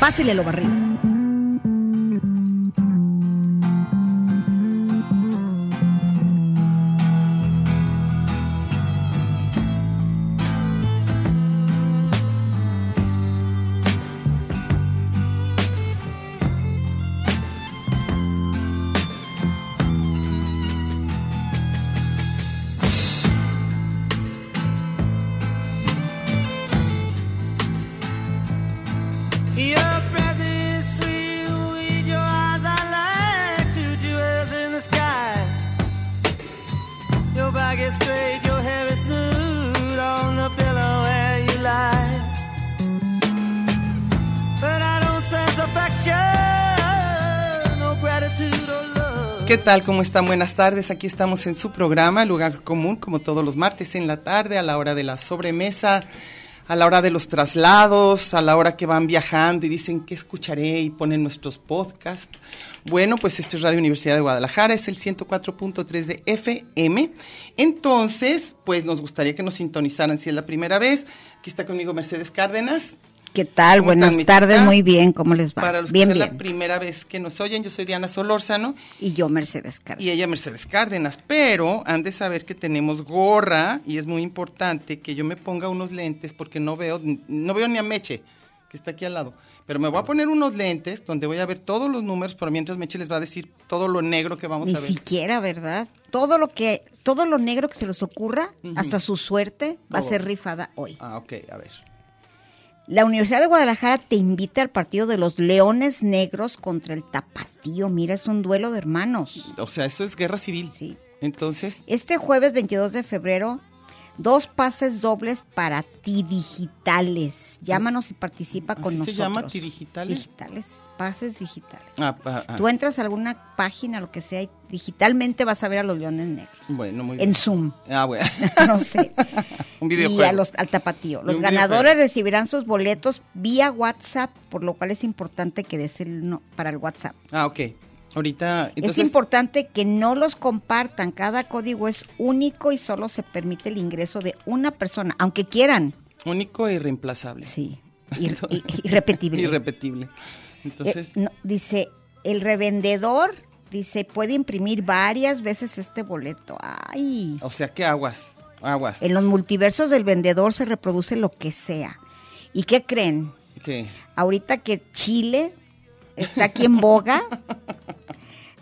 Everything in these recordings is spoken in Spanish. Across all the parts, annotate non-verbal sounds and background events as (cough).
Pásele lo barrido. Your breath is sweet with your eyes I like to jewels in the sky. Your back is straight, your hair is smooth on the pillow where you lie. But I don't sense affection, no gratitude or love. ¿Qué tal? ¿Cómo están? Buenas tardes. Aquí estamos en su programa, Lugar Común, como todos los martes en la tarde, a la hora de la sobremesa, a la hora de los traslados, a la hora que van viajando y dicen qué escucharé y ponen nuestros podcasts. Bueno, pues este es Radio Universidad de Guadalajara, es el 104.3 de FM. Entonces, pues nos gustaría que nos sintonizaran si es la primera vez. Aquí está conmigo Mercedes Cárdenas. ¿Qué tal? ¿Cómo están, Buenas mi tardes, chica? muy bien, ¿cómo les va? Para los Ah, bien, que es bien. la primera vez que nos oyen, yo soy Diana Solórzano. Y yo, Mercedes Cárdenas. y ella Mercedes Cárdenas, pero han de saber que tenemos gorra y es muy importante que yo me ponga unos lentes porque no veo no veo ni a Meche que está aquí al lado, pero me voy a poner unos lentes donde voy a ver todos los números, pero mientras Meche les va a decir todo lo negro que vamos Ni a ver. siquiera, ¿verdad? Todo lo que, todo lo negro que se les ocurra, Ujú. hasta su suerte, va a Todo. ser rifada hoy. Ah, ok, a ver. La Universidad de Guadalajara te invita al partido de los Leones Negros contra el Tapatío. Mira, es un duelo de hermanos. O sea, eso es guerra civil. Sí. Entonces, Este jueves 22 de febrero, dos pases dobles para ti digitales. Llámanos y participa con ¿Así se nosotros. llama, ti digitales? Digitales, pases digitales. ah, pa- ah, Tú entras a alguna página, lo que sea, y digitalmente vas a ver a los Leones Negros. bueno, muy En bien. Zoom, Ah, bueno. (laughs) (laughs) no sé. Un Y videojuego. a los, al tapatío. Los Un ganadores videojuego. recibirán sus boletos vía WhatsApp, por lo cual es importante que des el no para el WhatsApp. Ah, ok. Ahorita es entonces importante que no los compartan. Cada código es único y solo se permite el ingreso de una persona, aunque quieran. único e irreemplazable. Sí. Ir- (laughs) i- irrepetible. Irrepetible. Eh, Entonces, no, dice, el revendedor dice, puede imprimir varias veces este boleto. Ay. O sea, ¿qué aguas? Aguas. En los multiversos del vendedor se reproduce lo que sea. ¿Y qué creen? ¿Qué? ahorita que Chile está aquí en (laughs) boga.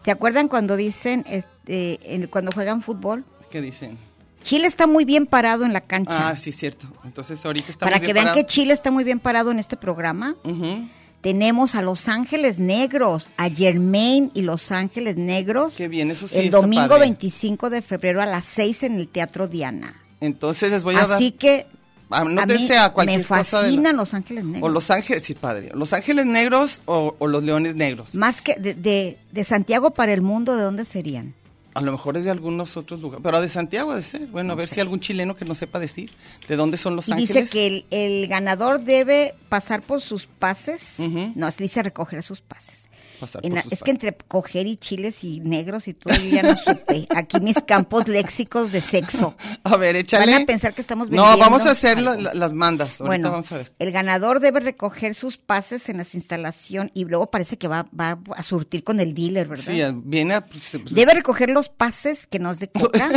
¿Se acuerdan cuando dicen, este, en- cuando juegan fútbol? (laughs) ¿Qué dicen? Chile está muy bien parado en la cancha. Ah, sí, cierto. Entonces, ahorita está Para muy que bien vean parado. que Chile está muy bien parado en este programa, Ujú. tenemos a Los Ángeles Negros, a Germain y Los Ángeles Negros. Qué bien, eso sí El está domingo padre. 25 de febrero a las 6 en el Teatro Diana. Entonces, les voy a Ah, Así que dar. Ah, a mí Anótense a, cualquier me cosa. de la- fascinan Los Ángeles Negros. O Los Ángeles, sí, padre. Los Ángeles Negros o, o los Leones Negros. Más que de, de- de Santiago para el mundo, ¿de dónde serían? A lo mejor es de algunos otros lugares. Pero de Santiago ha de ser. Bueno, a ver si algún chileno que no sepa decir de dónde son Los y Ángeles. dice que el, el ganador debe pasar por sus pases. Ujú. No, dice recoger sus pases. Pasar En por la- sus es que pa- entre coger y chiles y negros y todo, yo ya no supe. Aquí mis campos léxicos de sexo. A ver, échale. Van a pensar que estamos No, vamos vendiendo a hacer la- algo. la- las mandas. Ahorita bueno, vamos a ver. el ganador debe recoger sus pases en las instalaciones y luego parece que va, va a surtir con el dealer, ¿verdad? Sí, viene a. pues, Debe recoger los pases que nos de (laughs) coca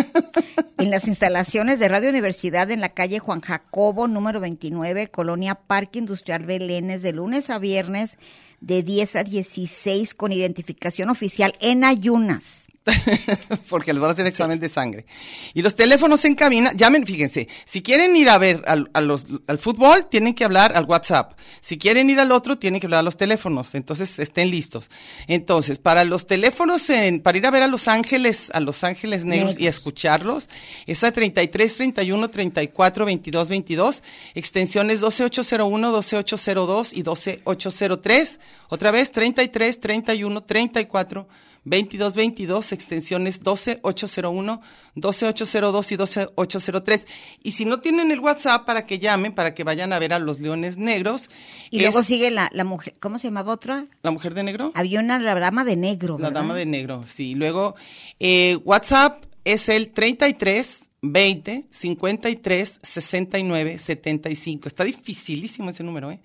en las instalaciones de Radio Universidad en la calle Juan Jacobo, número 29, Colonia Parque Industrial Belénes, de lunes a viernes, de 10 a 16, con identificación oficial en ayunas. (laughs) porque les van a hacer examen de sangre. Y los teléfonos en cabina, llamen, fíjense, si quieren ir a ver al, a los- al fútbol, tienen que hablar al WhatsApp. Si quieren ir al otro, tienen que hablar a los teléfonos. Entonces, estén listos. Entonces, para los teléfonos, en, para ir a ver a Los Ángeles, a Los Ángeles Negros y a escucharlos, es a 33, 31, 34, 22, 22, extensiones 12801, 12802 y 12803. Otra vez, 33, 31, 34, 22, 22, extensiones 12801, 12802 y 12803. Y si no tienen el WhatsApp, para que llamen, para que vayan a ver a los Leones Negros. Y es- luego sigue la, la mujer, ¿cómo se llamaba otra? ¿La mujer de negro? Había una, la dama de negro. La ¿verdad? dama de negro, sí. Luego, eh, WhatsApp es el 33 20 53 69 75. Está dificilísimo ese número, ¿eh?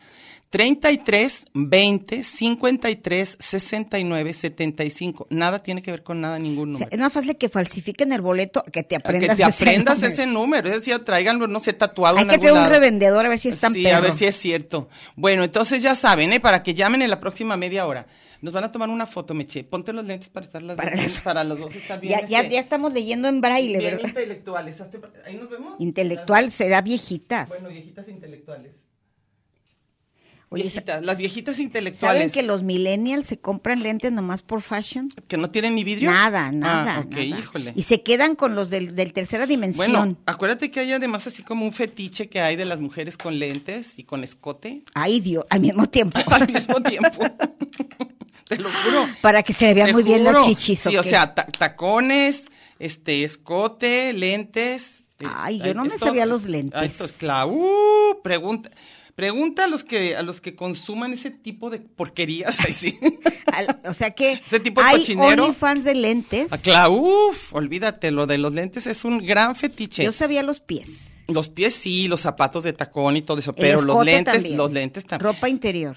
33 20 53 69 75. Nada tiene que ver con nada, ningún O sea, número. es más fácil que falsifiquen el boleto que te A aprendas, que te aprendas número. ese número, es decir, tráiganlo, no sé, tatuado Hay en que algún tener un lado. revendedor a ver si están Sí, a ver si es cierto. Bueno, entonces ya saben, ¿eh? Para que llamen en la próxima media hora. Nos van a tomar una foto, Meche. Ponte los lentes para estar las Para dos- las- para los dos estar bien. ya, ya, este, ya estamos leyendo en braille, bien ¿verdad? intelectuales. Hazte- Ahí nos vemos. Intelectual será viejitas. Bueno, viejitas intelectuales. Oye, Viejitas, las viejitas ¿saben intelectuales. que los millennials se compran lentes nomás por fashion? que no tienen ni vidrio. Nada, nada. Ah, ok, nada. híjole. Y se quedan con los del, del tercera dimensión. Bueno, acuérdate que hay además así como un fetiche que hay de las mujeres con lentes y con escote (laughs) Ay, Dios, al mismo tiempo. (laughs) al mismo tiempo. (laughs) Te lo juro. Para que se le vean Te muy bien las juro. chichis. Sí, o ok. sea, ta- tacones, este, escote, lentes. eh, Ay, yo no me sabía los lentes. Ay, esto es clavo. Uh, pregunta. Pregunta a los que a los que consuman ese tipo de porquerías, (laughs) ahí sí. Al- o sea que (laughs) Ese tipo de hay cochinero. Ah, OnlyFans de lentes. A cla- uf, olvídate, lo de los lentes es un gran fetiche. Yo sabía los pies. Los pies sí, los zapatos de tacón y todo eso, el pero los escote lentes, también, los lentes también. Ropa interior.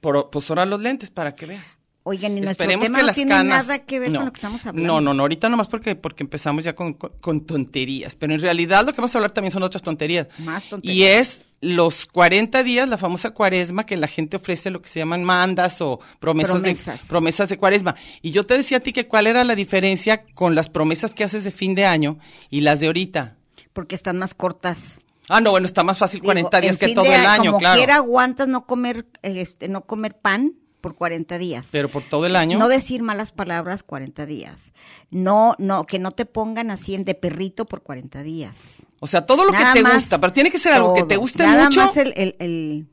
Por- Pues ahora los lentes para que veas. Oigan, y nuestro Esperemos tema que no las tiene canas. nada que ver no, con lo que estamos hablando. No, no, no, ahorita nomás porque, porque empezamos ya con, con- con tonterías. Pero en realidad lo que vamos a hablar también son otras tonterías. Más Y tonterías. es los 40 días, la famosa cuaresma, que la gente ofrece lo que se llaman mandas o promesas, Promesas. De, promesas de cuaresma. Y yo te decía a ti que cuál era la diferencia con las promesas que haces de fin de año y las de ahorita. Porque están más cortas. Ah, no, bueno, está más fácil 40 Digo, días en que fin todo de el a- año, como claro. quiera aguantas no comer, eh, este, no comer pan por 40 días. Pero por todo el año. No decir malas palabras 40 días. No, no, que no te pongan así en de perrito por 40 días. o sea, todo lo Nada que te más, gusta, pero tiene que ser algo que todo. te guste Nada mucho. Más el, el, el,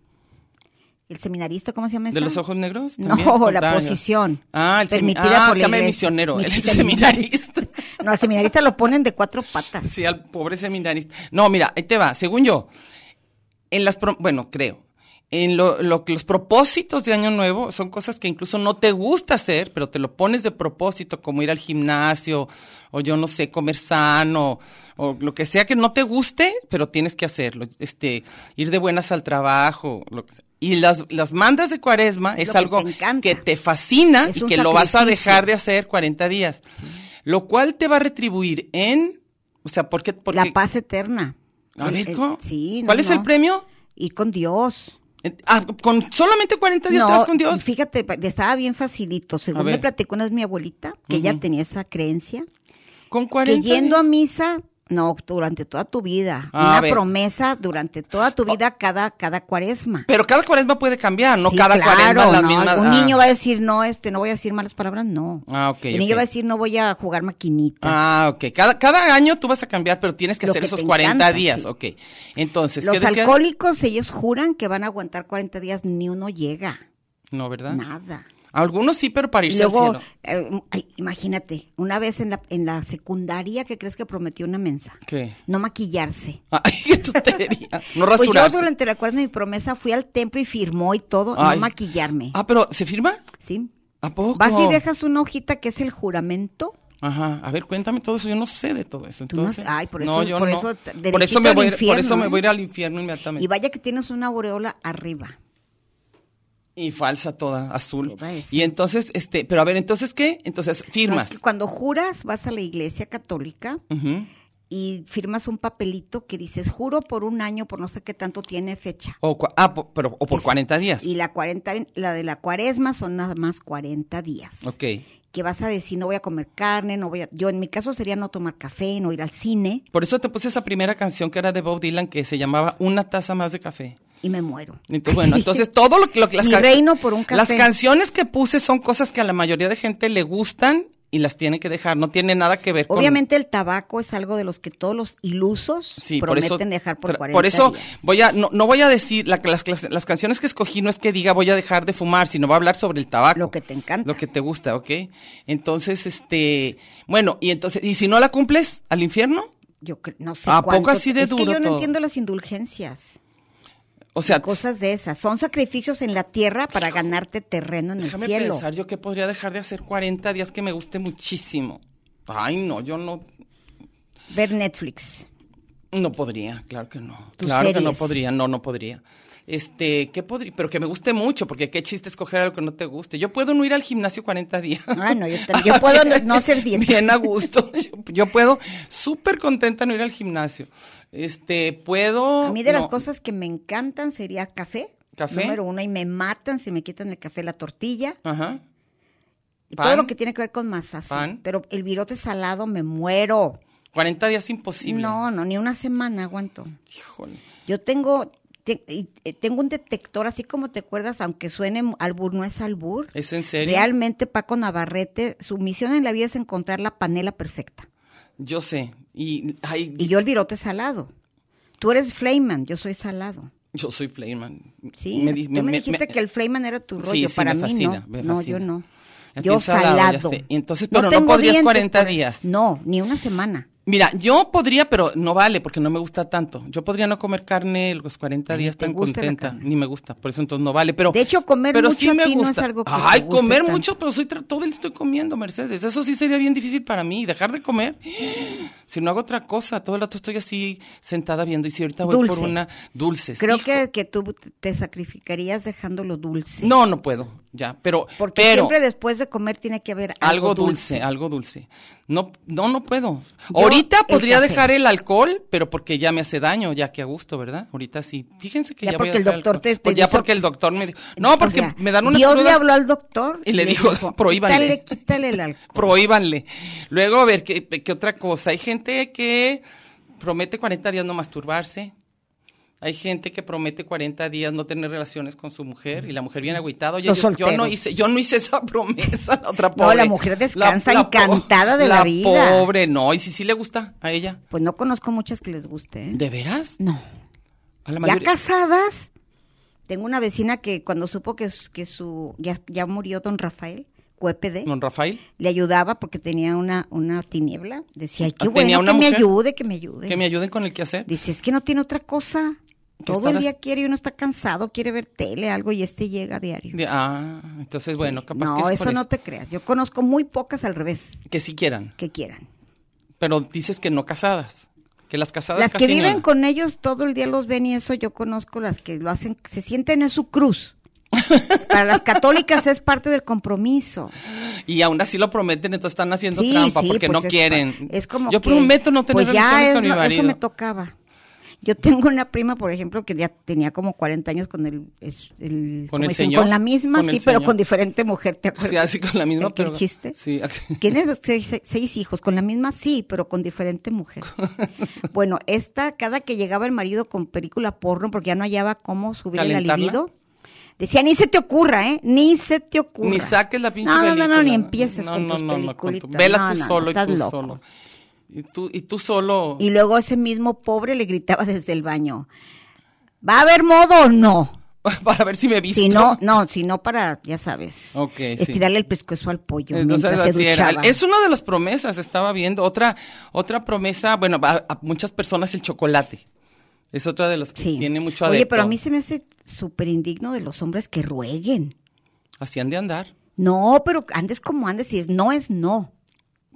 el seminarista, ¿cómo se llama ¿De esa? los ojos negros? No, también? (laughs) la Ah, posición. Ah, el semi- Permitida ah, por se la llama el iglesia. (laughs) misionero, el Mis- seminarista. No, al seminarista lo ponen de cuatro patas. Sí, al pobre seminarista. No, mira, ahí te va. Según yo, en las, pro- bueno, creo, en lo, lo que los propósitos de Año Nuevo son cosas que incluso no te gusta hacer, pero te lo pones de propósito, como ir al gimnasio, o yo no sé, comer sano, o lo que sea que no te guste, pero tienes que hacerlo. Este, ir de buenas al trabajo, lo que sea. Y las, las mandas de cuaresma es Lo que algo te encanta. que te fascina Es y un que lo vas a sacrificio. dejar de hacer 40 días. Lo cual te va a retribuir en, o sea, ¿por qué? Porque, La paz eterna. A El- ver, el- ¿cómo? sí, no, ¿Cuál es no. el premio? Ir con Dios. Eh, ah, con solamente 40 días te vas con Dios. Fíjate, pa- estaba bien facilito. A Según ver. me platicó una vez mi abuelita, que ella Ujú. tenía esa creencia, Con que 40 yendo a días. misa, no, durante toda tu vida. Ah, a una ver. Oh. promesa durante toda tu vida, cada, cada cuaresma. Pero cada cuaresma puede cambiar, no Sí, cada claro, cuaresma las no, mismas. Un ah. niño va a decir, no, este, no voy a decir malas palabras, no. Ah, ok, El niño ok. va a decir, no voy a jugar maquinitas. Ah, ok. Cada, cada año tú vas a cambiar, pero tienes que Lo hacer que esos te 40 encanta, días. sí. Ok. Entonces, ¿qué Los decía? alcohólicos, ellos juran que van a aguantar 40 días, ni uno llega. No, ¿verdad? Nada. Algunos sí, pero para Y irse luego, al cielo. eh, ay, imagínate, una vez en la, en la secundaria, que crees que prometió una mensa? ¿Qué? (laughs) No maquillarse. Ay, qué tontería. No Pues yo rasurarse. durante la cuaresma mi promesa fui al templo y firmó y todo, Ay. no maquillarme. Ah, pero ¿se firma? ¿Sí? ¿A poco? Vas y dejas una hojita que es el juramento. Ajá, a ver, cuéntame todo eso, yo no sé de todo eso. Tú no Entonces, sé- ay, por no, eso- yo por no. eso te- por derechito eso me al voy, a ir- por infierno, eso me ¿eh? voy a ir al infierno inmediatamente. Y Y, vaya que tienes una aureola arriba. falsa toda, azul. Toda esa. Y entonces, este, pero a ver, entonces qué? Entonces No, es firmas. que cuando juras, vas a la iglesia católica Ujú. y firmas un papelito que dices, juro por un año, por no sé qué tanto tiene fecha. O, cua- ah, po- pero, o por 40 días. Pues, Y la, 40, la de la cuaresma son nada más 40 días. Ok. Que vas a decir, no voy a comer carne, no voy a... Yo en mi caso sería no tomar café, no ir al cine Por eso te puse esa primera canción que era de Bob Dylan que se llamaba Una taza más de café. y me muero. (laughs) Entonces, bueno, entonces todo lo que lo que las Mi can- reino por un Las café. canciones que puse son cosas que a la mayoría de gente le gustan y las tiene que dejar, no tiene nada que ver con Obviamente el tabaco es algo de los que todos los ilusos Sí, por prometen eso dejar por tra- 40 Por eso días. voy a no, no voy a decir la- las, las- las canciones que escogí no es que diga voy a dejar de fumar, sino va a hablar sobre el tabaco. Lo que te encanta. Lo que te gusta, ¿ok? Entonces, este, bueno, y entonces y si no la cumples al infierno? Yo cre- no sé ¿A poco cuánto- así de es que duro yo no todo? Ah. entiendo las indulgencias, O sea, cosas de esas. Son sacrificios en la tierra para ganarte terreno en el déjame cielo. pensar yo que podría dejar de hacer 40 días que me guste muchísimo. Ay, no, yo no Ver (laughs) Netflix. No podría, claro que no. Tus Claro que no series. podría, no, no podría. Este, ¿qué podría? Pero que me guste mucho, porque qué chiste escoger algo que no te guste. Yo puedo no ir al gimnasio 40 días. Ah, no, yo tam- yo puedo no- no (laughs) ser dieta. Bien a gusto. Yo, yo puedo súper contenta no ir al gimnasio. Este, puedo. A mí de las no. cosas que me encantan sería café. ¿Café? Número uno, y me matan si me quitan el café, la tortilla. Ajá. Y ¿Pan? todo lo que tiene que ver con masas. sí. ¿Pan? Pero el virote salado me muero. 40 días imposible. No, no, ni una semana aguanto. Híjole. Yo tengo, te- y- eh, tengo un detector, así como te acuerdas, aunque suene mu- albur, no es albur. ¿Es en serio? Realmente Paco Navarrete, su misión en la vida es encontrar la panela perfecta. Yo sé. Y, ay, Y yo el virote salado. Tú eres Flayman, yo soy salado. yo soy Flayman. Sí, di- tú me, dijiste que el Flayman era tu Sí, rollo, sí, para me mí fascina, no. me no, fascina. yo no. A ti Yo el salado, salado. ya sé. Y entonces, pero no tengo podrías dientes 40 para- días. No, ni una semana. Mira, yo podría, pero no vale porque no me gusta tanto. Yo podría no comer carne los 40 Ni días te tan gusta la contenta, carne. ni me gusta, por eso entonces no vale, pero De hecho, comer pero mucho sí a me ti no es gusta. algo que te Ay, guste comer tanto. mucho, pero soy tra- todo el estoy comiendo, Mercedes. Eso sí sería bien difícil para mí dejar de comer. (gasps) Si no hago otra cosa, todo el rato estoy así sentada viendo y si ahorita voy Dulce. por una dulces. Creo hijo. que, que tú te sacrificarías dejando lo dulce. no, no puedo, ya, pero Porque pero siempre después de comer tiene que haber algo, algo dulce, algo dulce. No, no, no puedo. Yo, Ahorita el podría café. dejar el alcohol, pero porque ya me hace daño, ya que a gusto, ¿verdad? Ahorita sí. Fíjense que Ya ya, voy a porque el dejar doctor alcohol. te- Pues te ya hizo- porque el doctor me dijo. No, porque O sea, me dan unas Dios le crudas, habló al doctor y le dijo, "Prohíbanle". Quítale, quítale (laughs) el alcohol. Prohíbanle. Luego, a ver, ¿qué, qué otra cosa? Hay gente que promete 40 días no masturbarse. Hay gente que promete 40 días no tener relaciones con su mujer y la mujer viene agüitada. Oye, Los yo, yo no solteros. hice, yo no hice esa promesa, la otra No, pobre. la mujer descansa po- encantada de la vida. pobre, no. Y si sí le gusta a ella. Pues no conozco muchas que les guste. ¿eh? ¿De veras? No. A la Ya mayoría- casadas, tengo una vecina que cuando supo que, su- que su ya, ya murió don Rafael, Cuépede, Don Rafael, le ayudaba porque tenía una, una tiniebla. Decía, ay, qué Ah, bueno, tenía que una me mujer. ayude, que me ayude. que me ayuden con el quehacer. Dice, es que no tiene otra cosa. Que Todo el estarás- día quiere y uno está cansado, quiere ver tele, algo, y este llega a diario. De- Ah, entonces, bueno, capaz no, que es eso por no te creas. Yo conozco muy pocas al revés Que sí quieran. que quieran. Pero dices que no casadas. Que las casadas Las casi que ni viven una. con ellos todo el día los ven y eso yo conozco las que lo hacen, se sienten en su (laughs) cruz. Para las católicas es parte del compromiso. Y aún así lo prometen, entonces están haciendo Sí, trampa sí, porque pues no es quieren. pa- Es como Yo que, prometo no tener pues ya relaciones es con mi lo- marido. Eso me tocaba. Yo tengo una prima, por ejemplo, que ya tenía como 40 años con el, es- el- Con ¿cómo el dicen? señor, Con la misma, con el sí, pero señor. con diferente mujer, ¿te acuerdas? Sí, así con la misma. ¿El que el pero- chiste? Sí. Tienes seis, seis hijos, con la misma sí, pero con diferente (laughs) mujer. Bueno, esta, cada que llegaba el marido con película porno, porque ya no hallaba cómo subir el ¿Calentarla? libido, decía, ni se te ocurra, ¿eh? Ni se te ocurra. Ni saques la pinche no, película. No, no, ni empieces No, con no, tus no, no, con tu- peliculitas. Vela No, tú no, no, solo y estás tú loco. solo. Y tú, y tú solo. Y luego ese mismo pobre le gritaba desde el baño, ¿va a haber modo o no? (laughs) para ver si me visto. Si no, no, si no para, ya sabes, Ok, sí. estirarle el pescuezo al pollo (laughs) Entonces, mientras se así era. duchaba. Es una de las promesas, estaba viendo. Otra, otra promesa, bueno, a, a muchas personas el chocolate. Es otra de las que Sí. tiene mucho adepto. Oye, pero a mí se me hace súper indigno de los hombres que rueguen. Así han de andar. No, pero andes como andes, si es no, es no.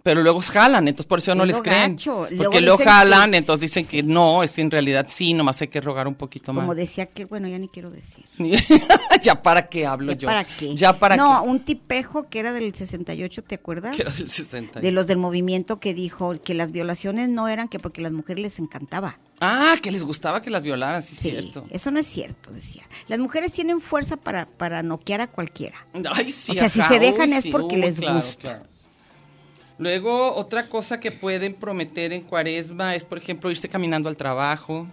Pero luego jalan, entonces por eso no Es les lo creen. gacho. Luego Porque dicen luego que- jalan, entonces dicen que no, es que en realidad sí, nomás hay que rogar un poquito Como más. decía que, bueno, ya ni quiero decir. (laughs) ya para qué hablo ¿Ya yo. para qué? Ya para No, qué. un tipejo que era del 68, ¿te (laughs) acuerdas? Que era del 60. De los del movimiento que dijo que las violaciones no eran que porque las mujeres les encantaba. Ah, que les gustaba que las violaran, sí, es Sí, cierto. eso no es cierto, decía. Las mujeres tienen fuerza para, para noquear a cualquiera. Ay, sí, O sea, si ajá, se dejan uy, es porque les claro, gusta. claro. Luego, otra cosa que pueden prometer en cuaresma es, por ejemplo, irse caminando al trabajo,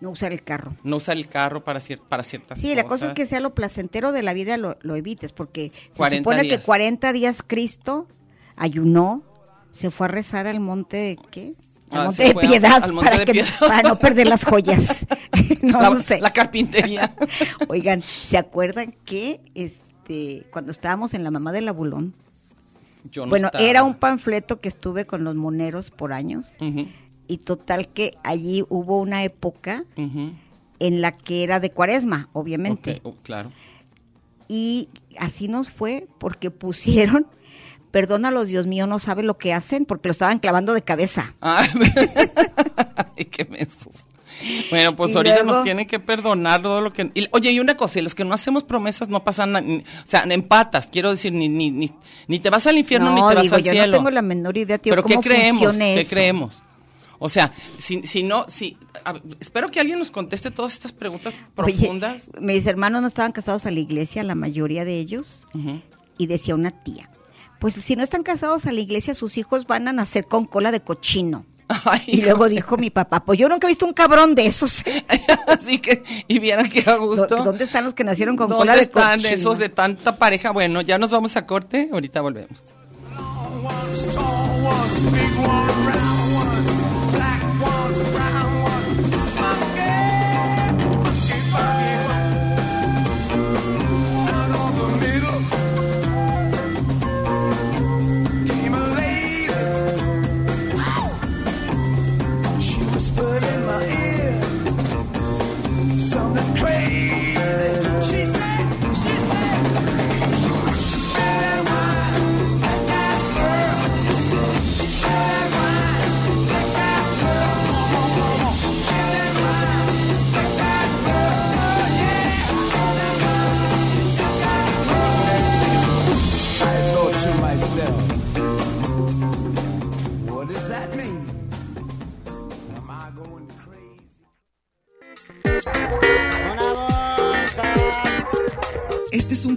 No usar el carro. no usar el carro para, cier- para ciertas Sí, cosas. la cosa es que (laughs) sea lo placentero de la vida lo, lo evites, porque se 40 supone días. que 40 días Cristo ayunó, se fue a rezar al monte de qué? Al Ah, monte se de fue a- piedad, al monte para, de que- piedad. para no perder las (laughs) joyas. (laughs) no, la, no sé. la (laughs) carpintería. Oigan, ¿se acuerdan que este cuando estábamos en la mamá del abulón? Yo no bueno, estaba. era un panfleto que estuve con los moneros por años Ujú, y total que allí hubo una época ujú. en la que era de cuaresma, obviamente. Ok, oh, claro. (laughs) Y así nos fue porque pusieron, (laughs) perdónalos, Dios mío, no sabe lo que hacen porque lo estaban clavando de cabeza. Ay, Ay, qué mensos. Bueno, pues Y ahorita luego- nos tienen que perdonar todo lo que... y- oye, y una cosa, y los que no hacemos promesas no pasan... na- ni- o sea, empatas, quiero decir, ni, ni, ni, ni te vas al infierno ni te vas digo, al yo cielo. no tengo la menor idea, tío, Pero cómo ¿qué creemos? funciona ¿Qué eso. creemos? O sea, si, si no, si... a- espero que alguien nos conteste todas estas preguntas Oye, profundas. mis hermanos no estaban casados a la iglesia, la mayoría de ellos, Ujú. (laughs) y decía una tía, pues si no están casados a la iglesia, sus hijos van a nacer con cola de cochino. Ay, Y luego dijo mi papá, pues yo nunca he visto un cabrón de esos. (laughs) Así que, y vieran que a gusto. ¿Dó- ¿Dónde están los que nacieron con ¿Dónde cola de están cochino? esos de tanta pareja? Bueno, ya nos vamos a corte, ahorita volvemos. ones, tall ones, big one, round ones, black ones, brown ones, funky, funky, funky one. Out of the middle came a lady. She whispered in my ear something crazy. She said, she said. I thought to myself, what does that mean? Am I going crazy? Este es un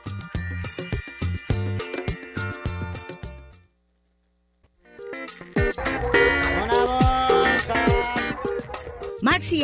Marx y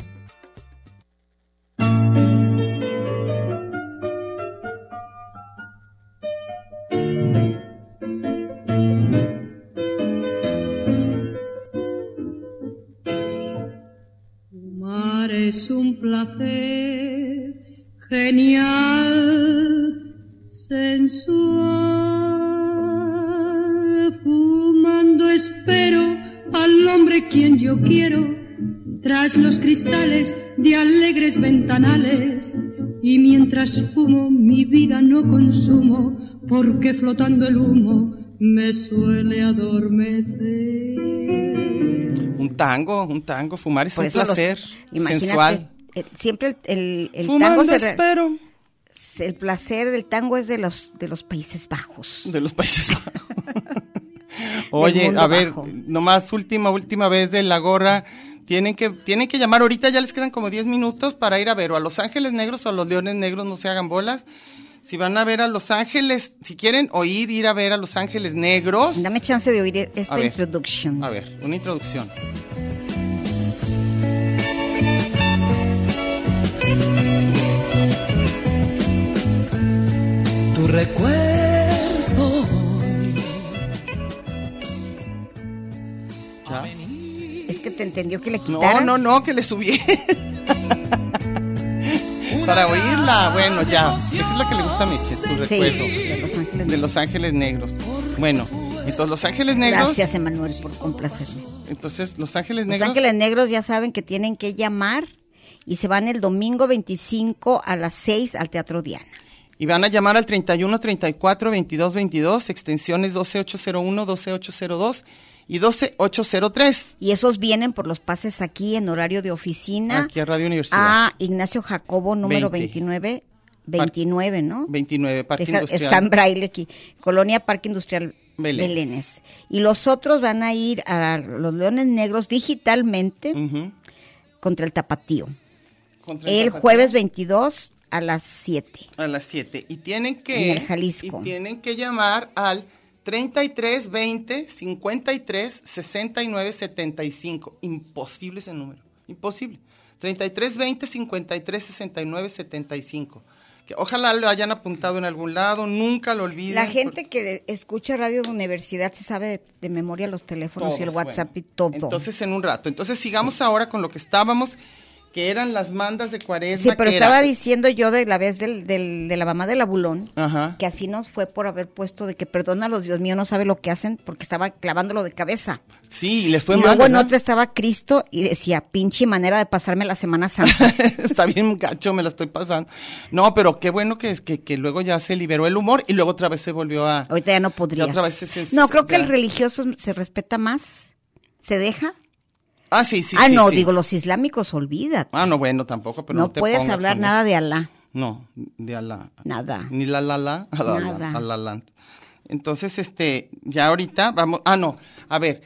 Fumar es un placer genial, sensual. Fumando espero al hombre quien yo quiero, tras los cristales de alegres ventanales. Y mientras fumo mi vida no consumo, porque flotando el humo me suele adormecer. Un tango, un tango, fumar es Por un eso los- placer imagínate, sensual. eh, siempre el, el, el tango Fumando se re- espero el placer del tango es de los de los Países Bajos. de los (laughs) Países Bajos. Oye, mundo a ver, bajo. nomás última, última vez de la gorra. Tienen que, tienen que llamar ahorita, ya les quedan como 10 minutos para ir a ver o a Los Ángeles Negros o a los Leones Negros, no se hagan bolas. Si van a ver a Los Ángeles, si quieren oír, ir a ver a Los Ángeles Negros. Dame chance de oír e-, A esta ver. introduction. A ver, una introducción. Tu recuerdo hoy Ya. Es que te entendió que le No, quitaras. no, no, que le subí. Para oírla, bueno, ya. Esa es la que le gusta a Michi, tu Sí, recuerdo. de Los Ángeles. De Los Ángeles Negros. Bueno, entonces Los Ángeles Negros. Gracias, Emanuel, por complacerme. Entonces, Los Ángeles Los Negros. Ángeles Negros ya saben que tienen que llamar y se van el domingo 25 a las 6 al Teatro Diana. Y van a llamar al 31 34 22 22, extensiones 12801, 12802 y 12803. Y esos vienen por los pases aquí en horario de oficina Aquí a Radio Universidad. a Ignacio Jacobo número 20. 29, 29, ¿no? 29, Parque Deja- Industrial. Está en braille aquí. Colonia Parque Industrial Belénes. Belénes. Y los otros van a ir a los Leones Negros digitalmente Ujú. contra el Tapatío. Contra El Tapatío. jueves 22 a las 7. A las 7. Y tienen que. En el Jalisco. Y tienen que llamar al 33 20 53 69 75. Imposible ese número. Imposible. 33 20 53 69 75. Que ojalá lo hayan apuntado en algún lado. Nunca lo olviden. La gente que escucha Radio Universidad se sabe de, de memoria los teléfonos Todos, y el WhatsApp bueno. y todo. Entonces, en un rato. Entonces, sigamos ahora con lo que estábamos, que eran las mandas de cuaresma. sí, pero que era- estaba diciendo yo de la vez del, del- de la mamá del abulón. Ajá. Que así nos fue por haber puesto de que perdona los Dios mío, no sabe lo que hacen porque estaba clavándolo de cabeza. Sí, y les fue y mal. luego en ¿verdad? otro estaba Cristo y decía, pinche manera de pasarme la Semana (laughs) Santa. (laughs) Está bien gacho, me la estoy pasando. No, pero qué bueno que, es- que, que luego ya se liberó el humor y luego otra vez se volvió a... Ahorita ya no podría. otra vez es- es- no, creo que ya. el religioso se respeta más. ¿Se deja? Ah, sí, sí, ah, sí, no, sí. digo, los islámicos, olvídate. Ah, no, bueno, tampoco, pero no, no, te puedes pongas hablar con nada de Alá. eso. No, de Alá. Nada. Ni la la la, a la, la, Nada. a la, la. Entonces, este, ya ahorita vamos... Ah, no, a ver.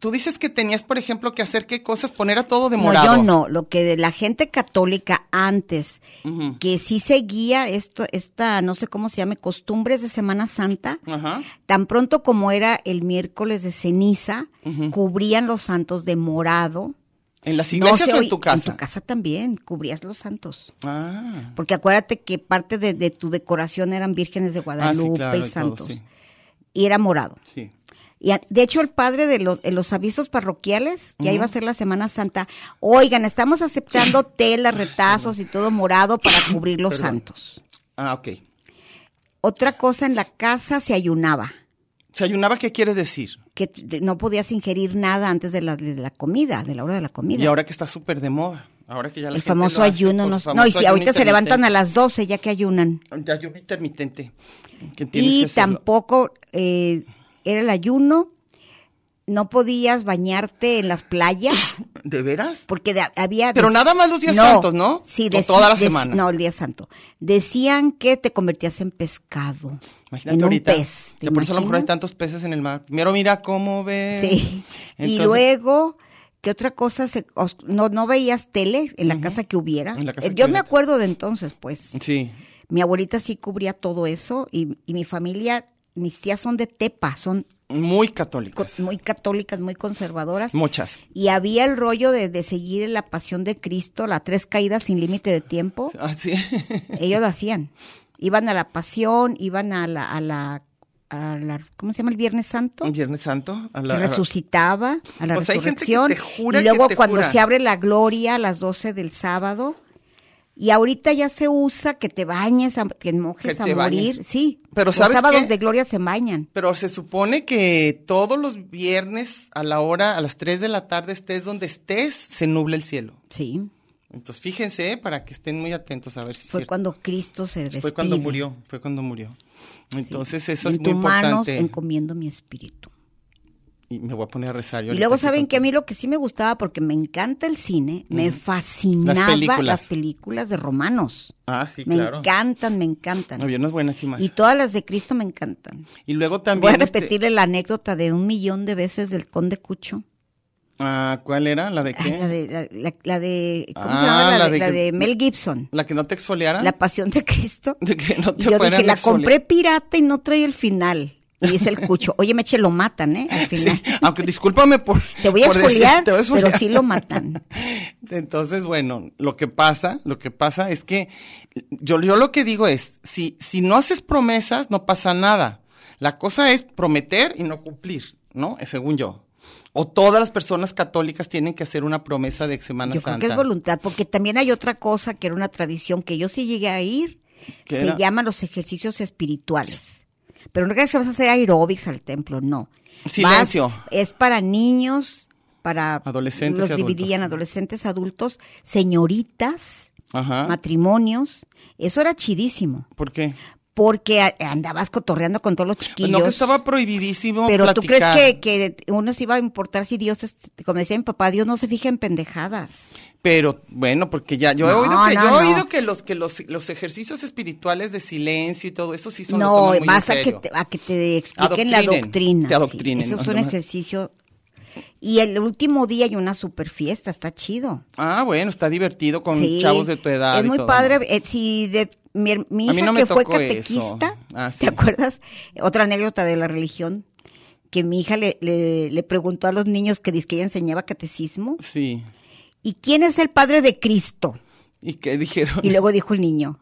Tú dices que tenías, por ejemplo, que hacer qué cosas, poner a todo de morado. No, yo no. Lo que de la gente católica antes, Ujú. que sí seguía esto, esta, no sé cómo se llame, costumbres de Semana Santa, Ajá. tan pronto como era el miércoles de ceniza, Ujú. cubrían los santos de morado. ¿En las No iglesias se o en oí- tu casa? En tu casa también, cubrías los santos. Ah. Porque acuérdate que parte de, de tu decoración eran vírgenes de Ah, sí, Guadalupe claro, y y todo, santos. sí. Y era morado. Sí. Y a- de hecho, el padre de los, de los avisos parroquiales, ya iba a ser la Semana Santa, oigan, estamos (laughs) aceptando telas, retazos y todo morado para cubrir los Perdón. santos. Ah, ok. Otra cosa, en la casa se ayunaba, ¿Se ayunaba qué quieres decir? que t- de- no podías ingerir nada antes de la, de la comida, de la hora de la comida. Y ahora que está súper de moda. Ahora que ya la el gente lo famoso hace, ayuno, por no, famoso no, y si ayuno ahorita se levantan a las intermitente. 12 ya que ayunan. De ayuno intermitente. que tienes que Y hacerlo. tampoco eh, era el ayuno, no podías bañarte en las playas. ¿De veras? porque de- había Pero nada más los días santos, ¿no? Sí, O toda la semana. No, el día santo. Decían que te convertías en pescado, Imagínate en un ahorita. pez. ¿te que por eso a lo mejor hay imaginas? tantos peces en el mar. Primero mira cómo ve. Sí. y Entonces- luego que otra cosa se os- no no veías tele en la casa que hubiera. En la casa Eh, que Yo me hubiera. acuerdo de entonces, pues. Sí. Mi abuelita sí cubría todo eso y, y mi familia, mis tías son de Tepa, son Muy co- católicos. muy católicas, muy conservadoras. Muchas. y había el rollo de, de seguir la pasión de Cristo, las tres caídas sin límite de (laughs) tiempo. Así. Ellos lo hacían. Iban a la pasión, iban a la, a la, a la- ¿cómo se llama? El Viernes Santo. Un (laughs) Viernes Santo. A que la, resucitaba a la O sea, hay gente que resurrección. te jura y luego que te cuando jura. se abre la gloria a las 12 del sábado. Y ahorita ya se usa que te bañes, a- que mojes Que a te morir. bañes. Sí. Pero los ¿sabes sábados qué? de gloria se bañan. Pero se supone que todos los viernes a la hora, a las 3 de la tarde, estés donde estés, se nubla el cielo. Sí. Entonces, fíjense eh, para que estén muy atentos a ver si es Fue cierto. cuando Cristo se despide. Fue cuando murió, fue cuando murió. Entonces, eso en es muy tus manos importante. encomiendo mi espíritu. y me voy a poner a rezar. yo Y ahorita luego aquí saben con- que a mí lo que sí me gustaba, porque me encanta el cine, me fascinaba Las las películas. películas, de romanos. Ah, sí, me claro. encantan, me encantan. Había unas buenas imágenes. Y todas las de Cristo me encantan. Y luego también. Voy a este, repetirle la anécdota de un millón de veces del conde Cucho. Ah, ¿Cuál era? ¿La de Ay, La qué? de, la, la- la de, ¿cómo Ah, se llama? La, la de, de la que- de Mel Gibson, ¿La que no te exfoliara? La Pasión de Cristo. (laughs) De que (laughs) no Y te yo fueran dije, a la compré exfoliar. pirata y no trae el final. Y es el cucho. Oye, Meche, lo matan, ¿eh? Al final. (laughs) Sí, (laughs) aunque discúlpame por. Te voy a por decir- exfoliar, te voy a pero exfoliar. sí lo matan. Entonces, bueno, lo que pasa, lo que pasa es que yo, yo lo que digo es, si, si no haces promesas, no pasa nada. La cosa es prometer y no cumplir, ¿no? Eh, Según yo. O todas las personas católicas tienen que hacer una promesa de Semana Yo creo Santa. que es voluntad, porque también hay otra cosa que era una tradición que yo sí llegué a ir. ¿Qué Se era? llaman los ejercicios espirituales. Pero no creas que vas a hacer aeróbics al templo, no. Vas- Silencio. es para niños, para... Adolescentes Los y adultos. dividían adolescentes, adultos, señoritas, Ajá. matrimonios. Eso era chidísimo. ¿Por qué? Porque a- andabas cotorreando con todos los chiquillos. Pues no, que estaba prohibidísimo Pero platicar. tú crees que, que uno se iba a importar si Dios, es- como decía mi papá, Dios no se fija en pendejadas. Pero bueno, porque ya yo he No, oído que, no, yo no. he oído que los que los, los ejercicios espirituales de silencio y todo eso sí son lo no, toman muy vas en a que, serio. te, a que te expliquen la Adoctrinen, doctrina. te sí. adoctrinen, Eso ¿no? es un No. ejercicio. Y el último día hay una super fiesta, está chido. Ah, bueno, está divertido con Sí. chavos de tu edad. Es y muy todo, padre. ¿no? eh, si de, mi, her- mi A hija mí no me que fue tocó eso. catequista, Ah, sí. ¿te acuerdas? Otra anécdota de la religión, que mi hija le, le, le preguntó a los niños que dice que ella enseñaba catecismo, Sí. ¿y quién es el padre de Cristo? ¿Y qué dijeron? Y luego dijo el niño,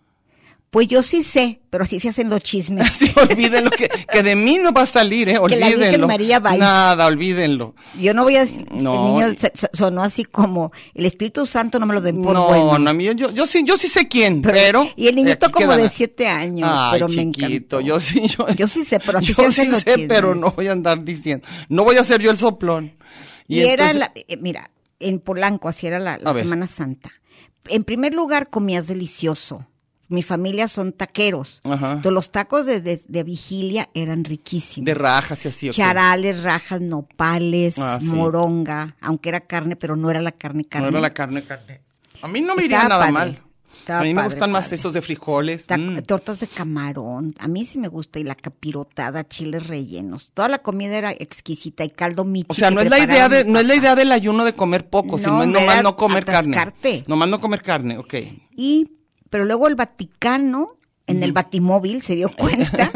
pues yo sí sé, pero sí se hacen los (laughs) chismes. (laughs) Sí, olvídenlo, que, que de mí no va a salir, ¿eh? Que la Virgen Olvídenlo. María va a ir. Nada, olvídenlo. Yo no voy a decir, No. el niño se- se- sonó así como, el Espíritu Santo no me lo den por no, bueno. no, a mí- yo, yo, sí, yo sí sé quién, pero. eh, y el niñito aquí como quedan- de siete años, Ay, pero me chiquito, encantó. yo sí, yo, Yo sí sé, pero así yo se hacen sí los sé, chismes. pero no voy a andar diciendo. No voy a ser yo el soplón. Y, era entonces- la, eh, mira, en Polanco, así era la, la A ver. Semana Santa. En primer lugar, comías delicioso. Mi familia son taqueros. Ajá. Entonces, los tacos de, de- de vigilia eran riquísimos. De rajas y así. ¿o qué? Charales, rajas, nopales, Ah, sí. moronga, aunque era carne, pero no era la carne carne. No era la carne, carne. A mí no me iría Estaba nada padre. mal. Estaba A mí me padre, gustan más padre. esos de frijoles. Ta- Mm. Tortas de camarón, a mí sí me gusta, y la capirotada, chiles rellenos. Toda la comida era exquisita y caldo michi. O sea, que no es la idea preparaba de, mi no es la papá. idea del ayuno de comer poco, No, sino es era nomás no comer atascarte. carne. Nomás no comer carne, ok. Y, pero luego el Vaticano, en el Batimóvil, se (laughs) dio cuenta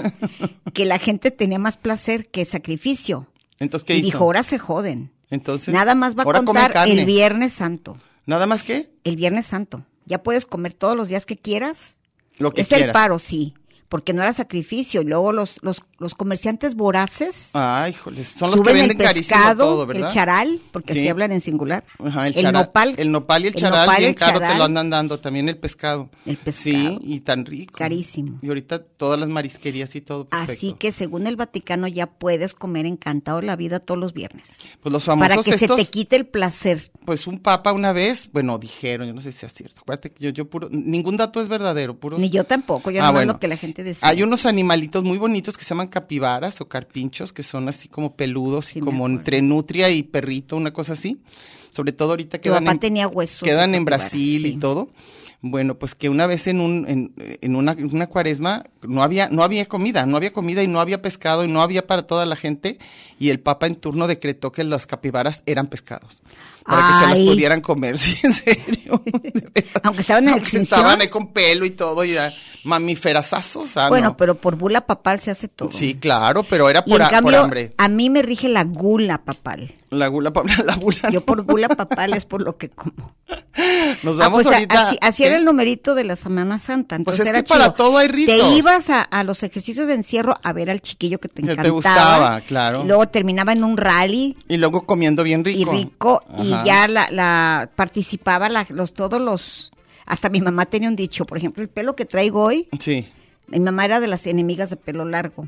que la gente tenía más placer que sacrificio. Entonces, ¿qué Y hizo? dijo, ahora se joden. Entonces, Nada más va a ahora come contar carne. el Viernes Santo. ¿Nada más qué? El Viernes Santo. Ya puedes comer todos los días que quieras. Lo que es el quieras. paro, sí. Porque no era sacrificio. Y luego los, los, los comerciantes voraces Ay, híjoles, Ah, son los que suben venden el carísimo pescado, todo, ¿verdad? el charal, porque Sí. así hablan en singular. Ajá, el, el charal. nopal. El nopal y el charal, nopal, bien el caro te charal, lo andan dando, también el pescado. El pescado. Sí, y tan rico. Carísimo. Y ahorita todas las marisquerías y todo perfecto. Así que según el Vaticano ya puedes comer encantado la vida todos los viernes. pues los famosos Para que estos, se te quite el placer. pues un papa una vez, bueno, dijeron, yo no sé si es cierto. Acuérdate que yo, yo puro, ningún dato es verdadero, puro. Ni yo tampoco, yo Ah, no bueno. lo que la gente decía. Hay unos animalitos muy bonitos que se llaman capibaras o carpinchos, que son así como peludos Sí, y me como acuerdo. entre nutria y perrito, una cosa así. Sobre todo ahorita Tu quedan papá en, tenía huesos. de quedan en capibaras, Brasil sí. y todo. Bueno, pues que una vez en un en, en una, en una cuaresma no había no había comida, no había comida y no había pescado y no había para toda la gente y el Papa en turno decretó que las capibaras eran pescados para que se Ay. las pudieran comer, (laughs) sí, en serio. (laughs) Aunque estaban en (laughs) Aunque extinción. estaban ahí con pelo y todo y ah, mamíferazazos, ah, Bueno, no. pero por bula papal se hace todo. Sí, claro, pero era Y por, en a- por cambio, hambre. a mí me rige la gula papal. La gula, (laughs) Pablo, la gula. Yo no. por gula papal es por lo que como. Nos Ah, vamos pues, a- ahorita. Así, así era el numerito de la Semana Santa. Pues Entonces es era que para chido. todo hay ritos. Te ibas a, a los ejercicios de encierro a ver al chiquillo que te Que te encantaba. gustaba, claro. Y luego terminaba en un rally Y luego comiendo bien rico. y rico Ajá. y ya la, la participaba la- los todos los hasta mi mamá tenía un dicho, por ejemplo, el pelo que traigo hoy, Sí. mi mamá era de las enemigas de pelo largo